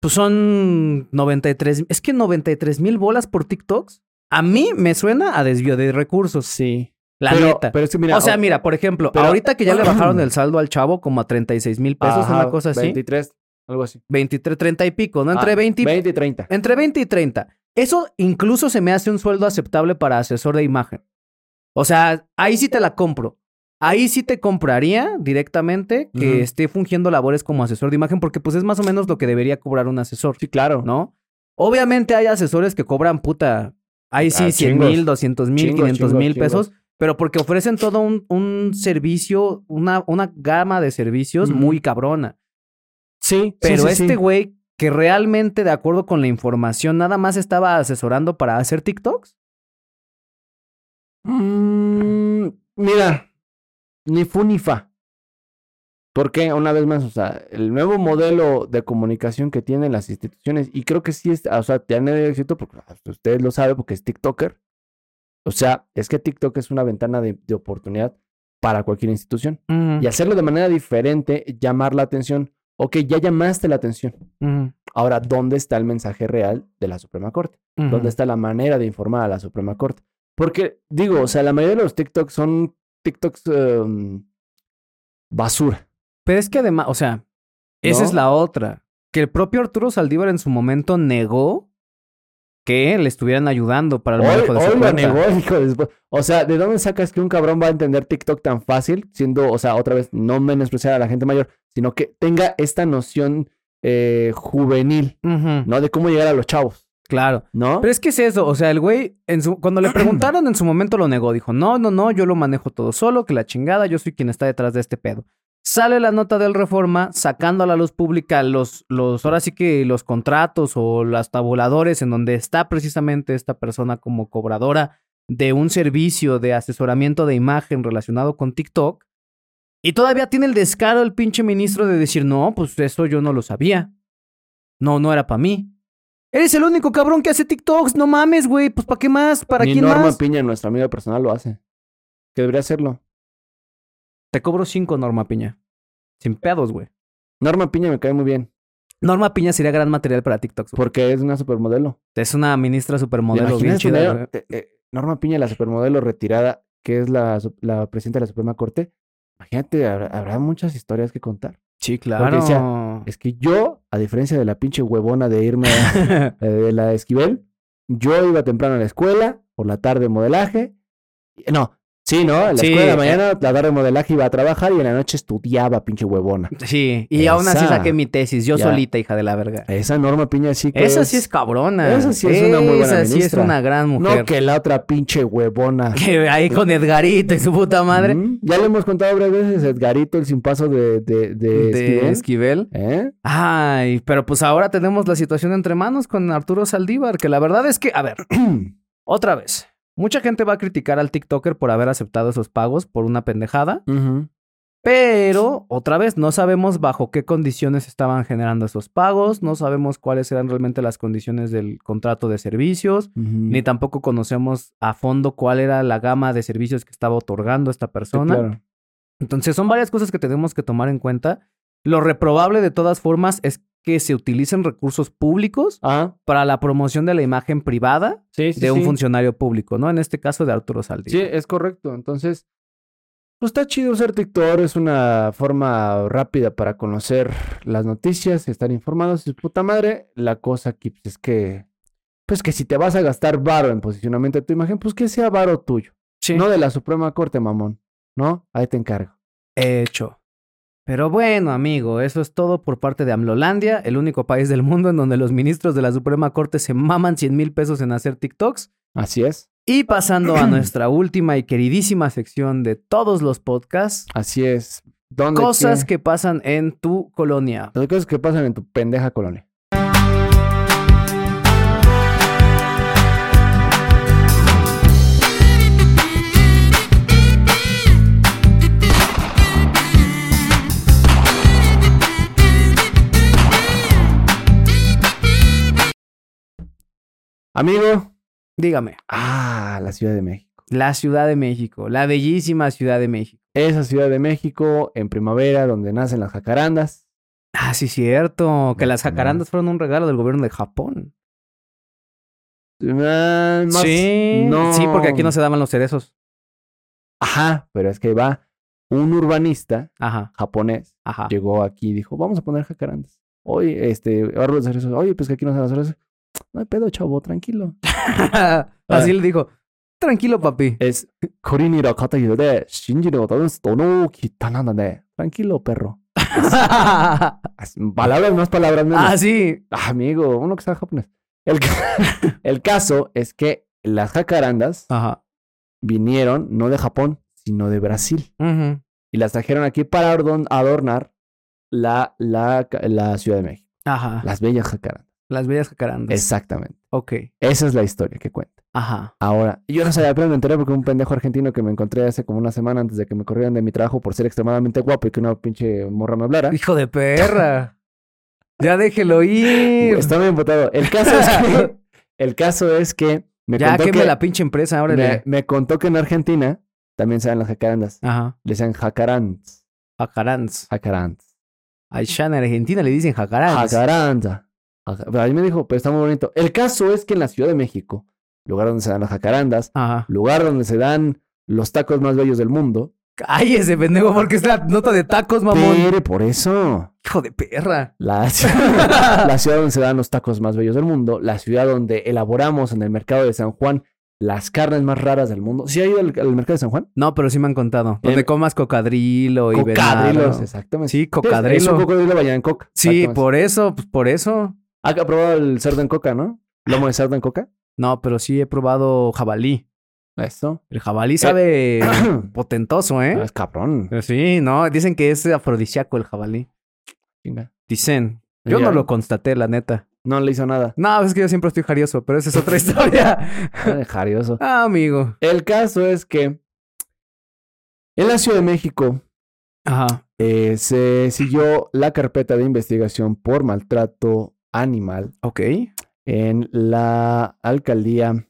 S2: Pues son 93... Es que 93 mil bolas por TikToks a mí me suena a desvío de recursos. Sí. La
S1: pero,
S2: neta.
S1: pero es que mira,
S2: o sea, mira, por ejemplo,
S1: pero-
S2: ahorita que ya le bajaron el saldo al chavo como a 36 mil pesos,
S1: ajá,
S2: una cosa así.
S1: 23, algo así.
S2: 23, 30 y pico, ¿no? Entre
S1: Ah,
S2: 20 y
S1: 20 y 30.
S2: entre 20 y 30. Eso incluso se me hace un sueldo aceptable para asesor de imagen. O sea, ahí sí te la compro. Ahí sí te compraría directamente que
S1: Ujú.
S2: esté fungiendo labores como asesor de imagen, porque pues es más o menos lo que debería cobrar un asesor,
S1: Sí, claro.
S2: ¿no? Obviamente hay asesores que cobran puta. Ahí sí,
S1: Ah,
S2: 100
S1: chingos.
S2: mil, 200 mil,
S1: Chingos,
S2: 500 mil
S1: chingos,
S2: pesos, pero porque ofrecen todo un, un servicio, una, una gama de servicios
S1: Ujú.
S2: muy cabrona.
S1: Sí,
S2: Pero
S1: sí, sí,
S2: este
S1: sí.
S2: güey que realmente, de acuerdo con la información, nada más estaba asesorando para hacer TikToks.
S1: Mm, mira, ni fu ni fa. Porque una vez más, o sea, el nuevo modelo de comunicación que tienen las instituciones, y creo que sí, es, o sea, tiene éxito, porque hasta usted lo sabe, porque es TikToker. O sea, es que TikTok es una ventana de, de oportunidad para cualquier institución. Y hacerlo de manera diferente, llamar la atención. ok, ya llamaste la atención.
S2: Ujú,
S1: Ahora, ¿dónde está el mensaje real de la Suprema Corte?
S2: ujú.
S1: ¿Dónde está la manera de informar a la Suprema Corte? Porque, digo, o sea, la mayoría de los TikToks son TikToks em, basura.
S2: Pero es que además, o sea, esa
S1: ¿No?
S2: es la otra. Que el propio Arturo Saldívar en su momento negó que le estuvieran ayudando para el
S1: Hoy,
S2: manejo de su
S1: hoy lo
S2: cuenta.
S1: negó, hijo de su- O sea, ¿de dónde sacas que un cabrón va a entender TikTok tan fácil? Siendo, o sea, otra vez, no menospreciar a la gente mayor, sino que tenga esta noción eh, juvenil,
S2: Ujú,
S1: ¿no? De cómo llegar a los chavos,
S2: Claro.
S1: ¿no?
S2: Pero es que es eso, o sea, el güey, en su, cuando le preguntaron en su momento lo negó, dijo, no, no, no, yo lo manejo todo solo, que la chingada, yo soy quien está detrás de este pedo. Sale la nota del Reforma sacando a la luz pública los, los, ahora sí que los contratos o los tabuladores en donde está precisamente esta persona como cobradora de un servicio de asesoramiento de imagen relacionado con TikTok. Y todavía tiene el descaro el pinche ministro de decir, no, pues eso yo no lo sabía. No, no era para mí. Eres el único cabrón que hace TikToks, no mames, güey. Pues ¿para qué más? ¿Para
S1: Ni
S2: quién
S1: Norma
S2: más?
S1: Piña, nuestra amiga personal, lo hace. Que debería hacerlo.
S2: Te cobro cinco, Norma Piña. Sin pedos, güey.
S1: Norma Piña me cae muy bien,
S2: Norma Piña sería gran material para TikToks. güey.
S1: porque es una supermodelo.
S2: Es una ministra
S1: ¿Te
S2: supermodelo bien
S1: imaginas
S2: chida,
S1: tener,
S2: güey.
S1: eh, eh, Norma Piña, la supermodelo retirada, que es la, su- la presidenta de la Suprema Corte. Imagínate, habrá, habrá muchas historias que contar.
S2: Sí,
S1: Porque decía,
S2: claro.
S1: Es que yo, a diferencia de la pinche huevona de irme a, eh, de la de Esquivel, yo iba temprano a la escuela, por la tarde modelaje. y- No, sí, ¿no? En la
S2: Sí,
S1: escuela de la
S2: eh.
S1: mañana, la tarde modelaje iba a trabajar y en la noche estudiaba, pinche huevona.
S2: sí, y aún así
S1: Esa.
S2: saqué mi tesis, yo
S1: Ya.
S2: solita, hija de la verga.
S1: Esa Norma Piña sí que
S2: Esa sí es cabrona.
S1: Esa sí es una muy buena
S2: Esa sí es
S1: ministra.
S2: una gran mujer.
S1: No que la otra pinche huevona.
S2: Que ahí con Edgarito y su puta madre.
S1: Mm, Ya le hemos contado varias veces, Edgarito, el sin paso de, de, de
S2: De
S1: Esquivel.
S2: Esquivel.
S1: ¿Eh?
S2: Ay, pero pues ahora tenemos la situación entre manos con Arturo Saldívar, que la verdad es que, a ver, otra vez, mucha gente va a criticar al TikToker por haber aceptado esos pagos por una pendejada, pero otra vez no sabemos bajo qué condiciones estaban generando esos pagos, no sabemos cuáles eran realmente las condiciones del contrato de servicios, ni
S1: Ni
S2: tampoco conocemos a fondo cuál era la gama de servicios que estaba otorgando esta persona. Entonces son varias cosas que tenemos que tomar en cuenta. Lo reprobable de todas formas es que se utilicen recursos públicos
S1: Ah,
S2: para la promoción de la imagen privada
S1: sí, sí.
S2: de un
S1: sí.
S2: funcionario público, ¿no? En este caso de Arturo
S1: Sí,
S2: Saldívar.
S1: es correcto. Entonces, pues está chido ser TikTok, es una forma rápida para conocer las noticias, estar informados. Y puta madre, la cosa aquí pues, es que, pues que si te vas a gastar varo en posicionamiento de tu imagen, pues que sea varo tuyo,
S2: Sí.
S1: no de la Suprema Corte, mamón. ¿No? Ahí te encargo.
S2: Hecho. Pero bueno, amigo, eso es todo por parte de Amlolandia, el único país del mundo en donde los ministros de la Suprema Corte se maman 100 mil pesos en hacer TikToks.
S1: Así es,
S2: Y pasando a nuestra última y queridísima sección de todos los podcasts,
S1: así es. ¿Dónde
S2: cosas
S1: qué?
S2: que pasan en tu colonia.
S1: Las cosas que pasan en tu pendeja colonia. Amigo,
S2: Dígame.
S1: ah, la Ciudad de México.
S2: La Ciudad de México, la bellísima Ciudad de México.
S1: Esa Ciudad de México en primavera donde nacen las jacarandas.
S2: Ah, sí, cierto. Que las
S1: Ujú.
S2: jacarandas fueron un regalo del gobierno de Japón.
S1: Ah, más-
S2: sí.
S1: no.
S2: Sí, porque aquí no se daban los cerezos.
S1: Ajá, pero es que va un urbanista
S2: Ajá,
S1: japonés,
S2: ajá.
S1: llegó aquí y dijo, vamos a poner jacarandas. Oye, este, ahora los cerezos, oye, pues que aquí no se dan los cerezos. No hay pedo, chavo, tranquilo.
S2: Así le dijo. Tranquilo, papi.
S1: Es Koriniro Katayudo de Shinjiro Tono Kitananade. Tranquilo, perro. pues,
S2: ah,
S1: Así, Palabras más, palabras menos.
S2: sí.
S1: Ah, Amigo, uno que sabe japonés. El, ca- el caso es que las jacarandas
S2: Ajá.
S1: vinieron no de Japón, sino de Brasil.
S2: Ujú.
S1: y las trajeron aquí para ordon- adornar la, la, ca- la Ciudad de México.
S2: Ajá.
S1: Las bellas jacarandas.
S2: Ah. Las bellas jacarandas.
S1: Exactamente.
S2: Ok.
S1: Esa es la historia que cuenta.
S2: Ajá.
S1: Ahora, yo no sabía, pero me enteré porque un pendejo argentino que me encontré hace como una semana antes de que me corrieran de mi trabajo por ser extremadamente guapo y que una pinche morra me hablara. uh,
S2: Hijo de perra. ya déjelo ir.
S1: Está muy emputado. El caso es que, el caso es que me
S2: Ya
S1: contó
S2: queme
S1: que
S2: la pinche empresa,
S1: me,
S2: órale.
S1: me contó que en Argentina también se dan las jacarandas.
S2: Ajá.
S1: Le decían jacarandas.
S2: Jacarandas.
S1: Jacarandas.
S2: Allá en Argentina le dicen jacaranda.
S1: Jacaranda. Jaca- Pero ahí me dijo, pero está muy bonito. El caso es que en la Ciudad de México, lugar donde se dan las jacarandas,
S2: Ajá.
S1: lugar donde se dan los tacos más bellos del mundo,
S2: Cállese, pendejo, porque es la nota de tacos, mamón.
S1: pero por eso,
S2: Hijo de perra.
S1: la, la ciudad donde se dan los tacos más bellos del mundo, la ciudad donde elaboramos en el mercado de San Juan las carnes más raras del mundo. ¿Sí ha ido al, al mercado de San Juan?
S2: No, pero sí me han contado. Donde
S1: Eh,
S2: comas Em, cocadrilo y
S1: Cocadrilos,
S2: venado.
S1: exactamente.
S2: Sí,
S1: Es un
S2: cocadrilo.
S1: cocodrilo bañado en coca.
S2: Sí,
S1: exactamente.
S2: por eso, pues por eso.
S1: Ah, que ¿Ha probado el cerdo en coca, no? ¿Lomo de cerdo en coca?
S2: No, pero sí he probado jabalí.
S1: Eso.
S2: El jabalí sabe potentoso, ¿eh?
S1: Ah, Es cabrón.
S2: Sí, no, dicen que es afrodisíaco el jabalí.
S1: Chinga.
S2: Dicen. Yo
S1: Ya.
S2: no lo constaté, la neta.
S1: No le hizo nada.
S2: No, es que yo siempre estoy jarioso, pero esa es otra historia.
S1: Ah, jarioso.
S2: Ah, amigo.
S1: El caso es que en la Ciudad de México
S2: Ajá.
S1: eh, se siguió la carpeta de investigación por maltrato animal
S2: Ok.
S1: en la alcaldía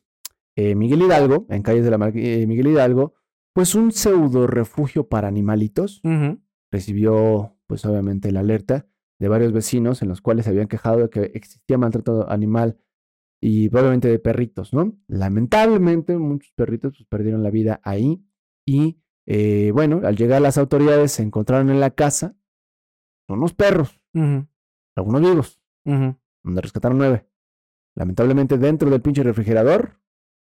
S1: eh, Miguel Hidalgo, en calles de la Mar- eh, Miguel Hidalgo, pues un pseudo refugio para animalitos
S2: Ujú.
S1: recibió pues obviamente la alerta de varios vecinos en los cuales se habían quejado de que existía maltrato animal y probablemente de perritos, ¿no? Lamentablemente muchos perritos pues, perdieron la vida ahí y eh, bueno, al llegar las autoridades se encontraron en la casa unos perros,
S2: Ujú.
S1: algunos vivos,
S2: Ujú.
S1: donde rescataron nueve. Lamentablemente dentro del pinche refrigerador,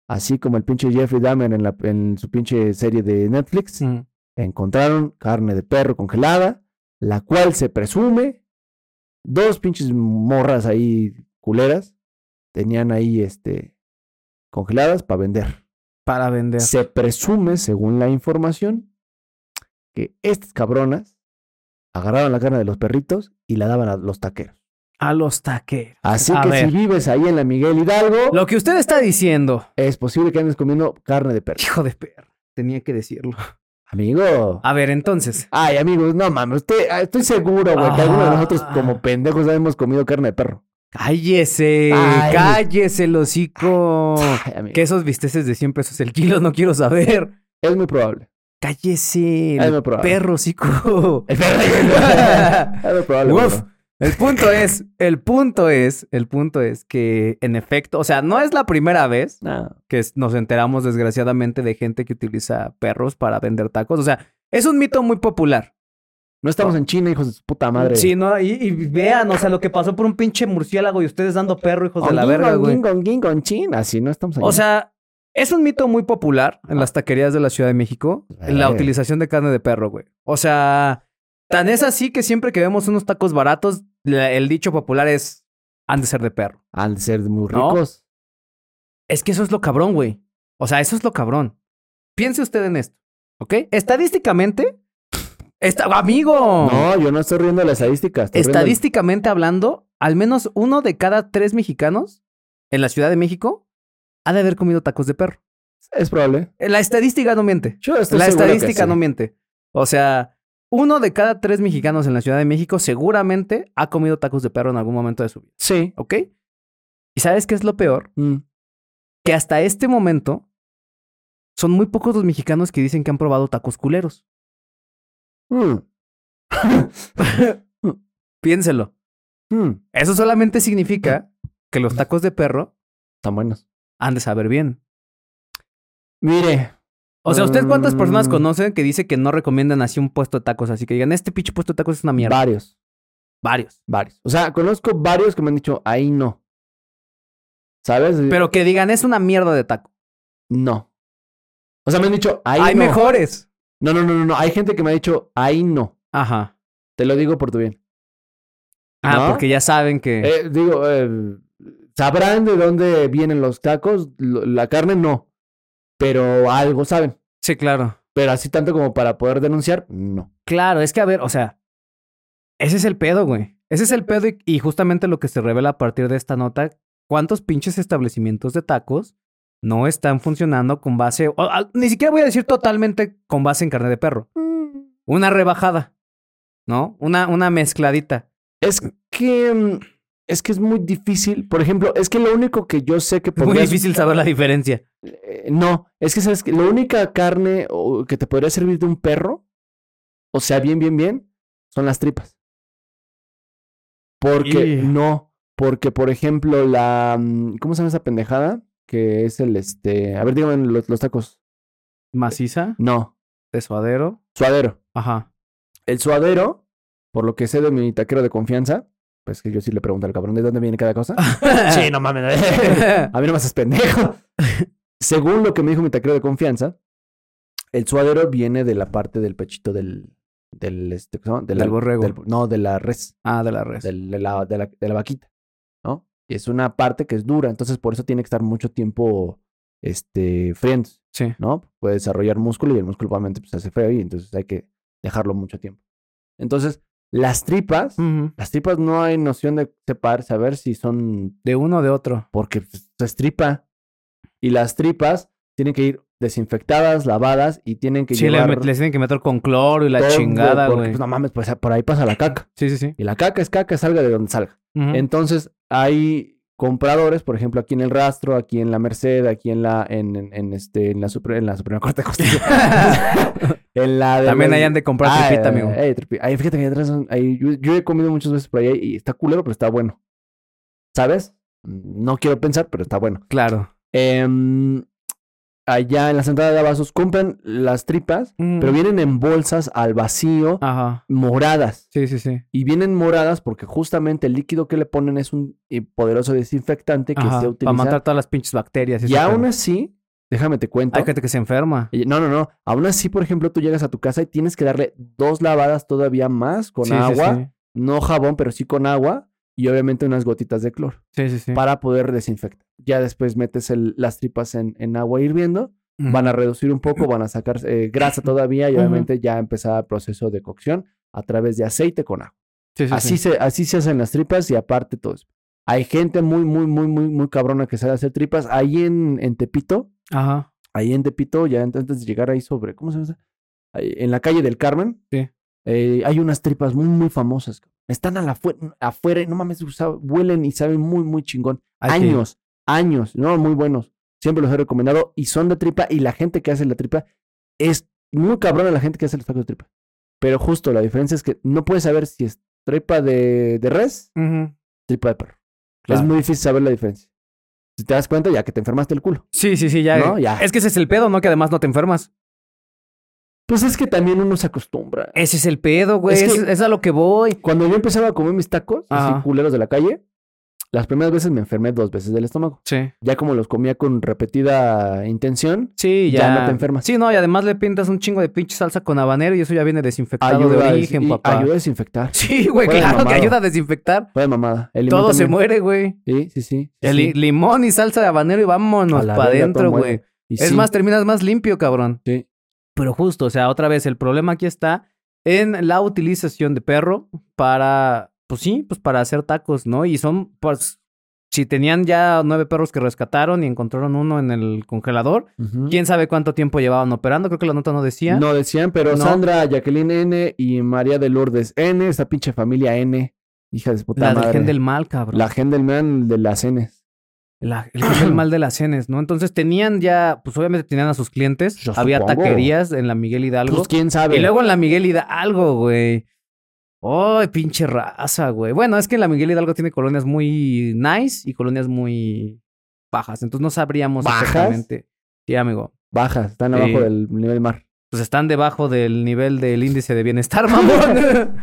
S1: así como el pinche Jeffrey Dahmer en, la- en su pinche serie de Netflix,
S2: Ujú.
S1: encontraron carne de perro congelada, la cual se presume dos pinches morras ahí culeras tenían ahí este congeladas para vender.
S2: Para vender.
S1: Se presume, según la información, que estas cabronas agarraron la carne de los perritos y la daban a los taqueros.
S2: A los taqueros.
S1: Así
S2: A
S1: que
S2: ver.
S1: si vives ahí en la Miguel Hidalgo,
S2: Lo que usted está diciendo.
S1: es posible que andes comiendo carne de perro.
S2: Hijo de perra. Tenía que decirlo.
S1: Amigo.
S2: A ver, entonces.
S1: Ay, amigos, no mames, usted- ah, estoy seguro, güey, que alguno de nosotros
S2: Ah.
S1: como pendejos hemos comido carne de perro.
S2: Cállese.
S1: Ay.
S2: Cállese, el hocico.
S1: Ay, amigo,
S2: Ah, Que esos bisteces de 100 pesos el kilo, no quiero saber.
S1: Es muy probable.
S2: Cállese.
S1: Es
S2: El
S1: muy probable.
S2: perro, hocico.
S1: Es muy probable.
S2: Uf.
S1: pero-
S2: El punto es, el punto es, el punto es que en efecto, o sea, no es la primera vez
S1: No,
S2: que es- nos enteramos desgraciadamente de gente que utiliza perros para vender tacos. O sea, es un mito muy popular.
S1: no estamos en China, hijos de su puta madre.
S2: Sí, no, y, y vean, o sea, lo que pasó por un pinche murciélago y ustedes dando perro, hijos de la
S1: Ongin,
S2: verga,
S1: ongin,
S2: güey.
S1: ongin, con China, sí, no estamos en
S2: O sea, es un mito muy popular en las taquerías de la Ciudad de México, la
S1: Eh.
S2: utilización de carne de perro, güey. O sea, tan es así que siempre que vemos unos tacos baratos, la- el dicho popular es, han de ser de perro.
S1: Han de ser muy
S2: No.
S1: ricos.
S2: Es que eso es lo cabrón, güey. O sea, eso es lo cabrón. Piense usted en esto, ¿ok? Estadísticamente, esta- amigo,
S1: No, yo no estoy riendo de la estadística. estoy riendo del-
S2: estadísticamente hablando, al menos uno de cada tres mexicanos en la Ciudad de México ha de haber comido tacos de perro. Eh,
S1: Es probable.
S2: La estadística no miente.
S1: Yo estoy
S2: La
S1: seguro que
S2: estadística
S1: sí.
S2: no miente. O sea, uno de cada tres mexicanos en la Ciudad de México seguramente ha comido tacos de perro en algún momento de su vida.
S1: Sí.
S2: ¿Ok? ¿Y sabes qué es lo peor?
S1: Mm.
S2: Que hasta este momento son muy pocos los mexicanos que dicen que han probado tacos culeros.
S1: Mm.
S2: Piénselo.
S1: Mm.
S2: Eso solamente significa que los tacos de perro
S1: Están buenos.
S2: han de saber bien.
S1: Mire.
S2: O sea, ¿usted cuántas personas
S1: Mm.
S2: conocen que dice que no recomiendan así un puesto de tacos? Así que digan, este pinche puesto de tacos es una mierda.
S1: Varios,
S2: Varios.
S1: varios. O sea, conozco varios que me han dicho, ahí no. ¿Sabes?
S2: Pero que digan, es una mierda de taco.
S1: No. O sea, me han dicho, ahí
S2: Hay
S1: no.
S2: mejores.
S1: No, no, no, no, no. Hay gente que me ha dicho, ahí no.
S2: Ajá.
S1: Te lo digo por tu bien.
S2: Ah,
S1: ¿No?
S2: porque ya saben que.
S1: Eh, digo, eh, sabrán de dónde vienen los tacos. Lo- la carne no. Pero algo saben.
S2: sí, claro.
S1: Pero así tanto como para poder denunciar, no.
S2: Claro, es que a ver, o sea, ese es el pedo, güey. Ese es el pedo y, y justamente lo que se revela a partir de esta nota, cuántos pinches establecimientos de tacos no están funcionando con base, o- a- ni siquiera voy a decir totalmente con base en carne de perro. Una rebajada, ¿no? Una, una mezcladita.
S1: Es que. mm, Es que es muy difícil. Por ejemplo, es que lo único que yo sé que
S2: Es muy
S1: podrías-
S2: difícil saber la diferencia.
S1: eh, no, es que sabes que la única carne o, que te podría servir de un perro, o sea, bien, bien, bien, son las tripas. Porque
S2: Y-
S1: no, porque por ejemplo la mm, ¿cómo se llama esa pendejada? Que es el este, a ver, díganme los, los tacos.
S2: Maciza,
S1: No,
S2: de suadero.
S1: suadero.
S2: Ajá.
S1: El suadero, por lo que sé de mi taquero de confianza, pues que yo sí le pregunto al cabrón de dónde viene cada cosa. Ah. sí, no mames. a mí no me haces pendejo. Según lo que me dijo mi taquero de confianza, el suadero viene de la parte del pechito del del este, ¿cómo se llama? De la-
S2: Del borrego.
S1: del- no, de la res.
S2: ah, de la res.
S1: del- de, la, de la- de la vaquita, ¿no? Y es una parte que es dura, entonces por eso tiene que estar mucho tiempo este, friendo,
S2: Sí.
S1: ¿no? Puede desarrollar músculo y el músculo obviamente pues, se hace feo y entonces hay que dejarlo mucho tiempo. Entonces, las tripas,
S2: Ujú.
S1: las tripas no hay noción de separar, saber si son
S2: De uno o de otro.
S1: porque pues, es tripa. Y las tripas tienen que ir desinfectadas, lavadas y tienen que
S2: Sí, le
S1: llevar
S2: met- les tienen que meter con cloro y la
S1: todo,
S2: chingada,
S1: porque,
S2: güey.
S1: pues, no mames, pues por ahí pasa la caca.
S2: Sí, sí, sí.
S1: Y la caca es caca, salga de donde salga.
S2: Ujú.
S1: Entonces, hay compradores, por ejemplo, aquí en el Rastro, aquí en la Merced, aquí en la, en, en, en este, en la, Supre- en la Suprema Corte de Justicia. en la de
S2: También
S1: los-
S2: ahí han de comprar
S1: Ah,
S2: tripita,
S1: eh,
S2: amigo.
S1: eh, tripi- ahí, fíjate que atrás son- ahí, yo, yo he comido muchas veces por ahí y está culero, pero está bueno. ¿Sabes? No quiero pensar, pero está bueno.
S2: Claro.
S1: Em, allá en la central de Abastos compran las tripas, pero vienen en bolsas al vacío,
S2: Ajá.
S1: moradas.
S2: Sí, sí, sí.
S1: Y vienen moradas porque justamente el líquido que le ponen es un eh, poderoso desinfectante que
S2: Ajá.
S1: se
S2: Para
S1: utiliza.
S2: matar todas las pinches bacterias.
S1: y
S2: ese
S1: aún
S2: pedo.
S1: así, déjame te cuento.
S2: Hay gente que se enferma.
S1: y- No, no, no. Aún así, por ejemplo, tú llegas a tu casa y tienes que darle dos lavadas todavía más con
S2: Sí, sí,
S1: agua.
S2: sí.
S1: No jabón, pero sí con agua. Y obviamente unas gotitas de cloro
S2: Sí, sí, sí.
S1: para poder desinfectar. Ya después metes el- las tripas en, en agua hirviendo.
S2: Ujú.
S1: Van a reducir un poco, van a sacar eh, grasa todavía y
S2: Ujú.
S1: obviamente ya empezará el proceso de cocción a través de aceite con agua.
S2: Sí, sí,
S1: Así,
S2: sí.
S1: Se, así se hacen las tripas y aparte todo eso. Hay gente muy, muy, muy, muy, muy cabrona que sabe hacer tripas. Ahí en, en Tepito,
S2: Ajá.
S1: ahí en Tepito, ya antes antes de llegar ahí sobre, ¿cómo se llama? esa? Ahí En la calle del Carmen.
S2: Sí.
S1: eh, hay unas tripas muy, muy famosas. Están a la fue- afuera y no mames, usa- huelen y saben muy, muy chingón.
S2: Hay que-
S1: años, años, no, muy buenos. Siempre los he recomendado y son de tripa y la gente que hace la tripa es muy cabrona la gente que hace los tacos de tripa. Pero justo la diferencia es que no puedes saber si es tripa de, de res
S2: Ujú.
S1: tripa de perro.
S2: Claro.
S1: Es muy difícil saber la diferencia. Si te das cuenta, ya que te enfermaste el culo.
S2: Sí, sí, sí, ya.
S1: No, ya.
S2: Es que ese es el pedo, ¿no? Que además no te enfermas.
S1: Pues es que también uno se acostumbra.
S2: Ese es el pedo, güey.
S1: Es
S2: Es,
S1: que-
S2: es a lo que voy.
S1: Cuando yo empezaba a comer mis tacos, así
S2: Ajá.
S1: culeros de la calle, las primeras veces me enfermé dos veces del estómago.
S2: Sí.
S1: Ya como los comía con repetida intención,
S2: Sí, ya.
S1: Ya no te enfermas.
S2: Sí, no, y además le pintas un chingo de pinche salsa con habanero y eso ya viene desinfectado
S1: ayuda,
S2: de
S1: a,
S2: origen,
S1: y
S2: papá.
S1: ayuda a desinfectar.
S2: Sí, güey,
S1: Fuera de
S2: claro que
S1: mamado.
S2: ayuda a desinfectar.
S1: Fue de mamada.
S2: Todo se
S1: Aliméntame.
S2: muere, güey.
S1: Sí, sí, sí. sí,
S2: El
S1: sí.
S2: li- limón y salsa de habanero y vámonos
S1: A la
S2: para
S1: verga, todo
S2: adentro,
S1: muere.
S2: güey.
S1: Y
S2: Es
S1: sí,
S2: más, terminas más limpio, cabrón.
S1: Sí.
S2: Pero justo, o sea, otra vez, el problema aquí está en la utilización de perro para, pues sí, pues para hacer tacos, ¿no? Y son, pues, si tenían ya nueve perros que rescataron y encontraron uno en el congelador,
S1: ujú.
S2: quién sabe cuánto tiempo llevaban operando, creo que la nota no decía.
S1: No decían, pero
S2: No.
S1: Sandra, Jacqueline N y María de Lourdes N, esa pinche familia N, hija de puta
S2: la
S1: madre.
S2: Virgen del Mal, cabrón.
S1: La agenda del man de las Ns.
S2: La- el jefe del mal de las cenes, ¿no? Entonces tenían ya, pues obviamente tenían a sus clientes.
S1: Yo
S2: Había
S1: supongo.
S2: taquerías en la Miguel Hidalgo.
S1: Pues quién sabe.
S2: Y luego en la Miguel Hidalgo, güey. Ay, pinche raza, güey. Bueno, es que la Miguel Hidalgo tiene colonias muy nice y colonias muy bajas. Entonces no sabríamos
S1: ¿Bajas?
S2: exactamente. Sí, amigo.
S1: Bajas, están abajo
S2: Sí.
S1: del nivel mar.
S2: Pues están debajo del nivel del índice de bienestar, mamón.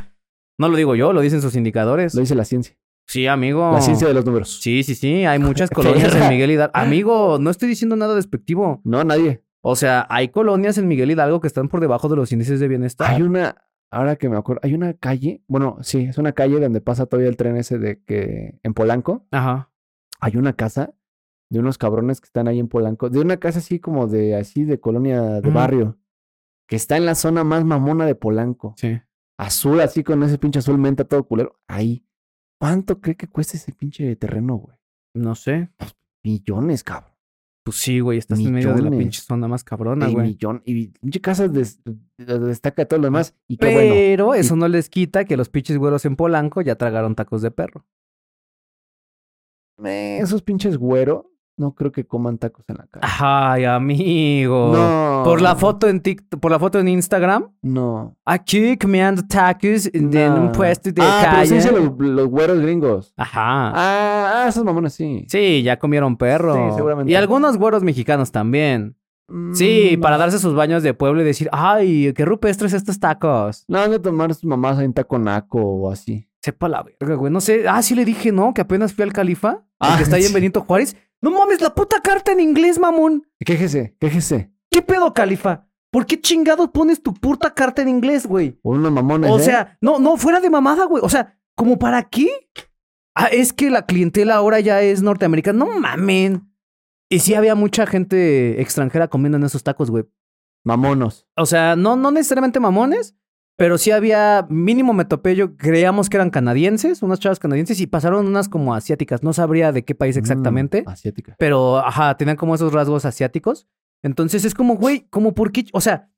S2: no lo digo yo, lo dicen sus indicadores.
S1: Lo dice la ciencia.
S2: Sí, amigo.
S1: La ciencia de los números.
S2: Sí, sí, sí. Hay muchas colonias en Miguel Hidalgo. Amigo, no estoy diciendo nada despectivo.
S1: No, nadie.
S2: O sea, hay colonias en Miguel Hidalgo que están por debajo de los índices de bienestar.
S1: Hay una, ahora que me acuerdo, hay una calle, bueno, sí, es una calle donde pasa todavía el tren ese de que en Polanco
S2: Ajá.
S1: hay una casa de unos cabrones que están ahí en Polanco, de una casa así como de así de colonia de
S2: Ujú.
S1: barrio, que está en la zona más mamona de Polanco.
S2: Sí.
S1: Azul, así con ese pinche azul menta todo culero. Ahí. ¿Cuánto cree que cuesta ese pinche terreno, güey?
S2: No sé.
S1: Millones, cabrón.
S2: Pues sí, güey, estás en medio de la
S1: Millones.
S2: pinche zona más cabrona,
S1: y
S2: güey.
S1: millón y pinche casas des- des- destaca todo lo demás y qué bueno
S2: Pero eso no les quita que los pinches güeros en Polanco ya tragaron tacos de perro.
S1: Eh, esos pinches güero no creo que coman tacos en la calle.
S2: Ay, amigo.
S1: no.
S2: Ah, Por la foto en TikTok, por la foto en Instagram,
S1: No.
S2: aquí comiendo tacos en en
S1: No.
S2: un puesto de
S1: ah,
S2: calle.
S1: Pero sí dicen los, los güeros gringos.
S2: Ajá.
S1: Ah, ah, esos mamones sí.
S2: Sí, ya comieron perro.
S1: Sí, seguramente.
S2: Y algunos güeros mexicanos también.
S1: Mm,
S2: Sí,
S1: no.
S2: para darse sus baños de pueblo y decir, ay, qué rupestres estos tacos.
S1: No, han de tomar sus mamás en taconaco o así.
S2: Sepa la verga, güey. No sé. Ah, sí le dije, ¿no? Que apenas fui al califa. el
S1: Ah,
S2: que está ahí en
S1: sí.
S2: Benito Juárez. No mames, la puta carta en inglés, mamón.
S1: Quéjese, quéjese.
S2: ¿Qué pedo, califa? ¿Por qué chingados pones tu puta carta en inglés, güey?
S1: O unos mamones.
S2: O
S1: ¿eh?
S2: sea, no, no, fuera de mamada, güey. O sea, ¿como para qué? Ah, es que la clientela ahora ya es norteamericana. No mamen. Y sí había mucha gente extranjera comiendo en esos tacos, güey.
S1: Mamonos.
S2: O sea, no, no necesariamente mamones, pero sí había mínimo me topé, yo creíamos que eran canadienses, unas chavas canadienses, y pasaron unas como asiáticas. No sabría de qué país exactamente,
S1: Mm, asiática.
S2: pero ajá, tenían como esos rasgos asiáticos. Entonces es como, güey, como por qué. O sea,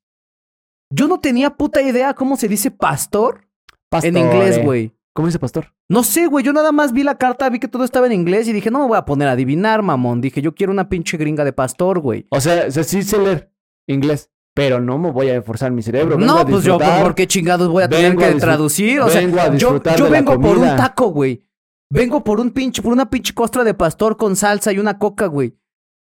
S2: yo no tenía puta idea cómo se dice pastor, en inglés,
S1: Pastore.
S2: güey.
S1: ¿Cómo dice pastor?
S2: No sé, güey, yo nada más vi la carta, vi que todo estaba en inglés y dije, no me voy a poner a adivinar, mamón. Dije, yo quiero una pinche gringa de pastor, güey.
S1: O sea, o sea, sí sé leer inglés, pero no me voy a esforzar mi cerebro. vengo a
S2: No, pues yo,
S1: disfrutar.
S2: ¿por qué chingados voy a tener
S1: Vengo a
S2: que
S1: disfrut-
S2: traducir? O sea,
S1: vengo a
S2: yo,
S1: disfrutar
S2: yo
S1: de la
S2: vengo por un
S1: comida.
S2: taco, güey. Vengo por un pinche, por una pinche costra de pastor con salsa y una coca, güey.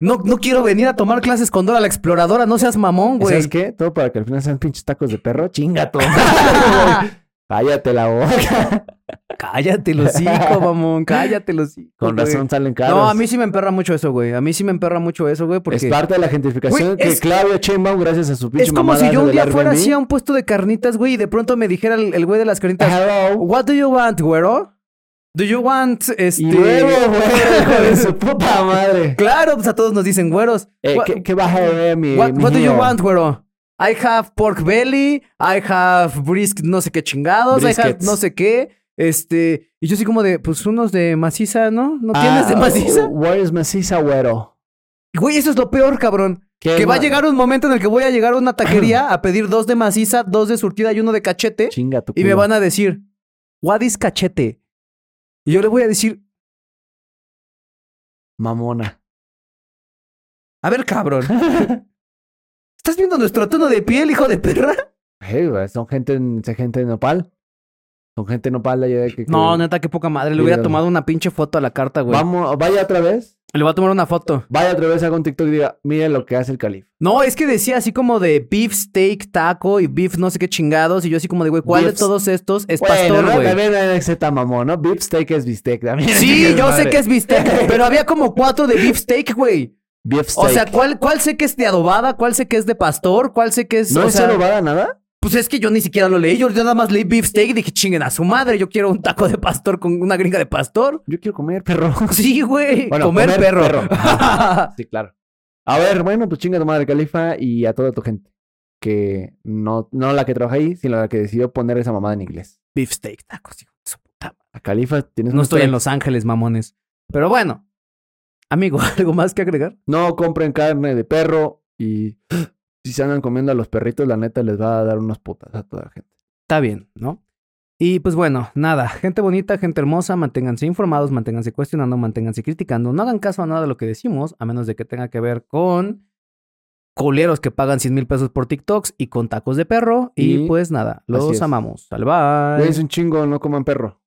S2: No, no quiero venir a tomar clases con Dora la exploradora, no seas mamón,
S1: ¿Y
S2: güey.
S1: ¿Sabes qué? Todo para que al final sean pinches tacos de perro. Chinga tu madre, güey. Cállate la boca.
S2: Cállate los hocico, mamón, cállate los hocico.
S1: Con
S2: güey.
S1: razón salen caros.
S2: No, a mí sí me emperra mucho eso, güey. A mí sí me emperra mucho eso, güey, porque
S1: Es parte de la gentrificación
S2: Güey,
S1: que
S2: es-
S1: Claudia Sheinbaum, gracias a su pinche
S2: es como
S1: mamada
S2: si yo
S1: esa
S2: un
S1: del
S2: día fuera
S1: Airbnb,
S2: así a un puesto de carnitas, güey, y de pronto me dijera el el güey de las carnitas,
S1: Hello.
S2: What do you want, güero? Do you want este?
S1: Y luego, güey, hijo de su puta madre.
S2: Claro, pues a todos nos dicen güeros.
S1: Eh,
S2: Wha-
S1: ¿qué, ¿Qué vas a beber, mi
S2: what,
S1: mi
S2: what do you
S1: niño?
S2: want, güero? I have pork belly, I have brisket, no sé qué chingados, I have
S1: Briskets.
S2: no sé qué. Este, y yo así como de, pues unos de maciza, ¿no? ¿No
S1: Ah,
S2: tienes de maciza?
S1: Where is maciza, güero?
S2: Güey, eso es lo peor, cabrón.
S1: ¿Qué
S2: Que va a
S1: ma-
S2: llegar un momento en el que voy a llegar a una taquería a pedir dos de maciza, dos de surtida y uno de cachete.
S1: Chinga tu
S2: Y me van a decir, what is cachete? Y yo le voy a decir,
S1: Mamona.
S2: A ver, cabrón. ¿Estás viendo nuestro tono de piel, hijo de perra?
S1: Hey, güey, son gente, en- son gente de Nopal. Son gente de Nopal allá de que... que-
S2: No, neta, qué poca madre. Le
S1: Sí,
S2: hubiera
S1: no.
S2: tomado una pinche foto a la carta, güey.
S1: Vamos, vaya otra vez.
S2: Le voy a tomar una foto.
S1: Vaya otra vez, haga un TikTok y diga, miren lo que hace el califa.
S2: No, es que decía así como de beef steak, taco y beef no sé qué chingados. Y yo así como de, güey, ¿cuál de
S1: Beef-
S2: todos estos es
S1: Bueno,
S2: pastor,
S1: ¿no?
S2: güey?
S1: También es Z mamón, ¿no? Beefsteak es bistec también.
S2: Sí, yo sé
S1: Madre.
S2: que es bistec, pero había como cuatro de beef steak, güey.
S1: Beefsteak.
S2: O sea, ¿cuál, ¿cuál sé que es de adobada? ¿Cuál sé que es de pastor? ¿Cuál sé que es...?
S1: ¿no
S2: o
S1: es
S2: sea,
S1: adobada nada?
S2: Pues es que yo ni siquiera lo leí. Yo nada más leí beef steak y dije, chinguen a su madre. Yo quiero un taco de pastor con una gringa de pastor.
S1: Yo quiero comer, perro.
S2: Sí, güey.
S1: Bueno,
S2: comer,
S1: comer
S2: perro.
S1: perro. sí, claro. A ver, bueno, pues chinga tu madre, califa, y a toda tu gente. Que no, no la que trabaja ahí, sino la que decidió poner esa mamada en inglés.
S2: Beefsteak, tacos, hijo de su puta madre.
S1: A califa tienes
S2: No
S1: una
S2: estoy
S1: historia.
S2: en Los Ángeles, mamones. Pero bueno. Amigo, ¿algo más que agregar?
S1: No compren carne de perro y si se andan comiendo a los perritos, la neta les va a dar unas putas a toda la gente.
S2: Está bien, ¿no? Y pues bueno, nada, gente bonita, gente hermosa, manténganse informados, manténganse cuestionando, manténganse criticando, no hagan caso a nada de lo que decimos, a menos de que tenga que ver con coleros que pagan 100 mil pesos por TikToks y con tacos de perro. Y,
S1: Y-
S2: pues nada, los
S1: es.
S2: amamos. Salva.
S1: Cuídense un chingo, no coman perro.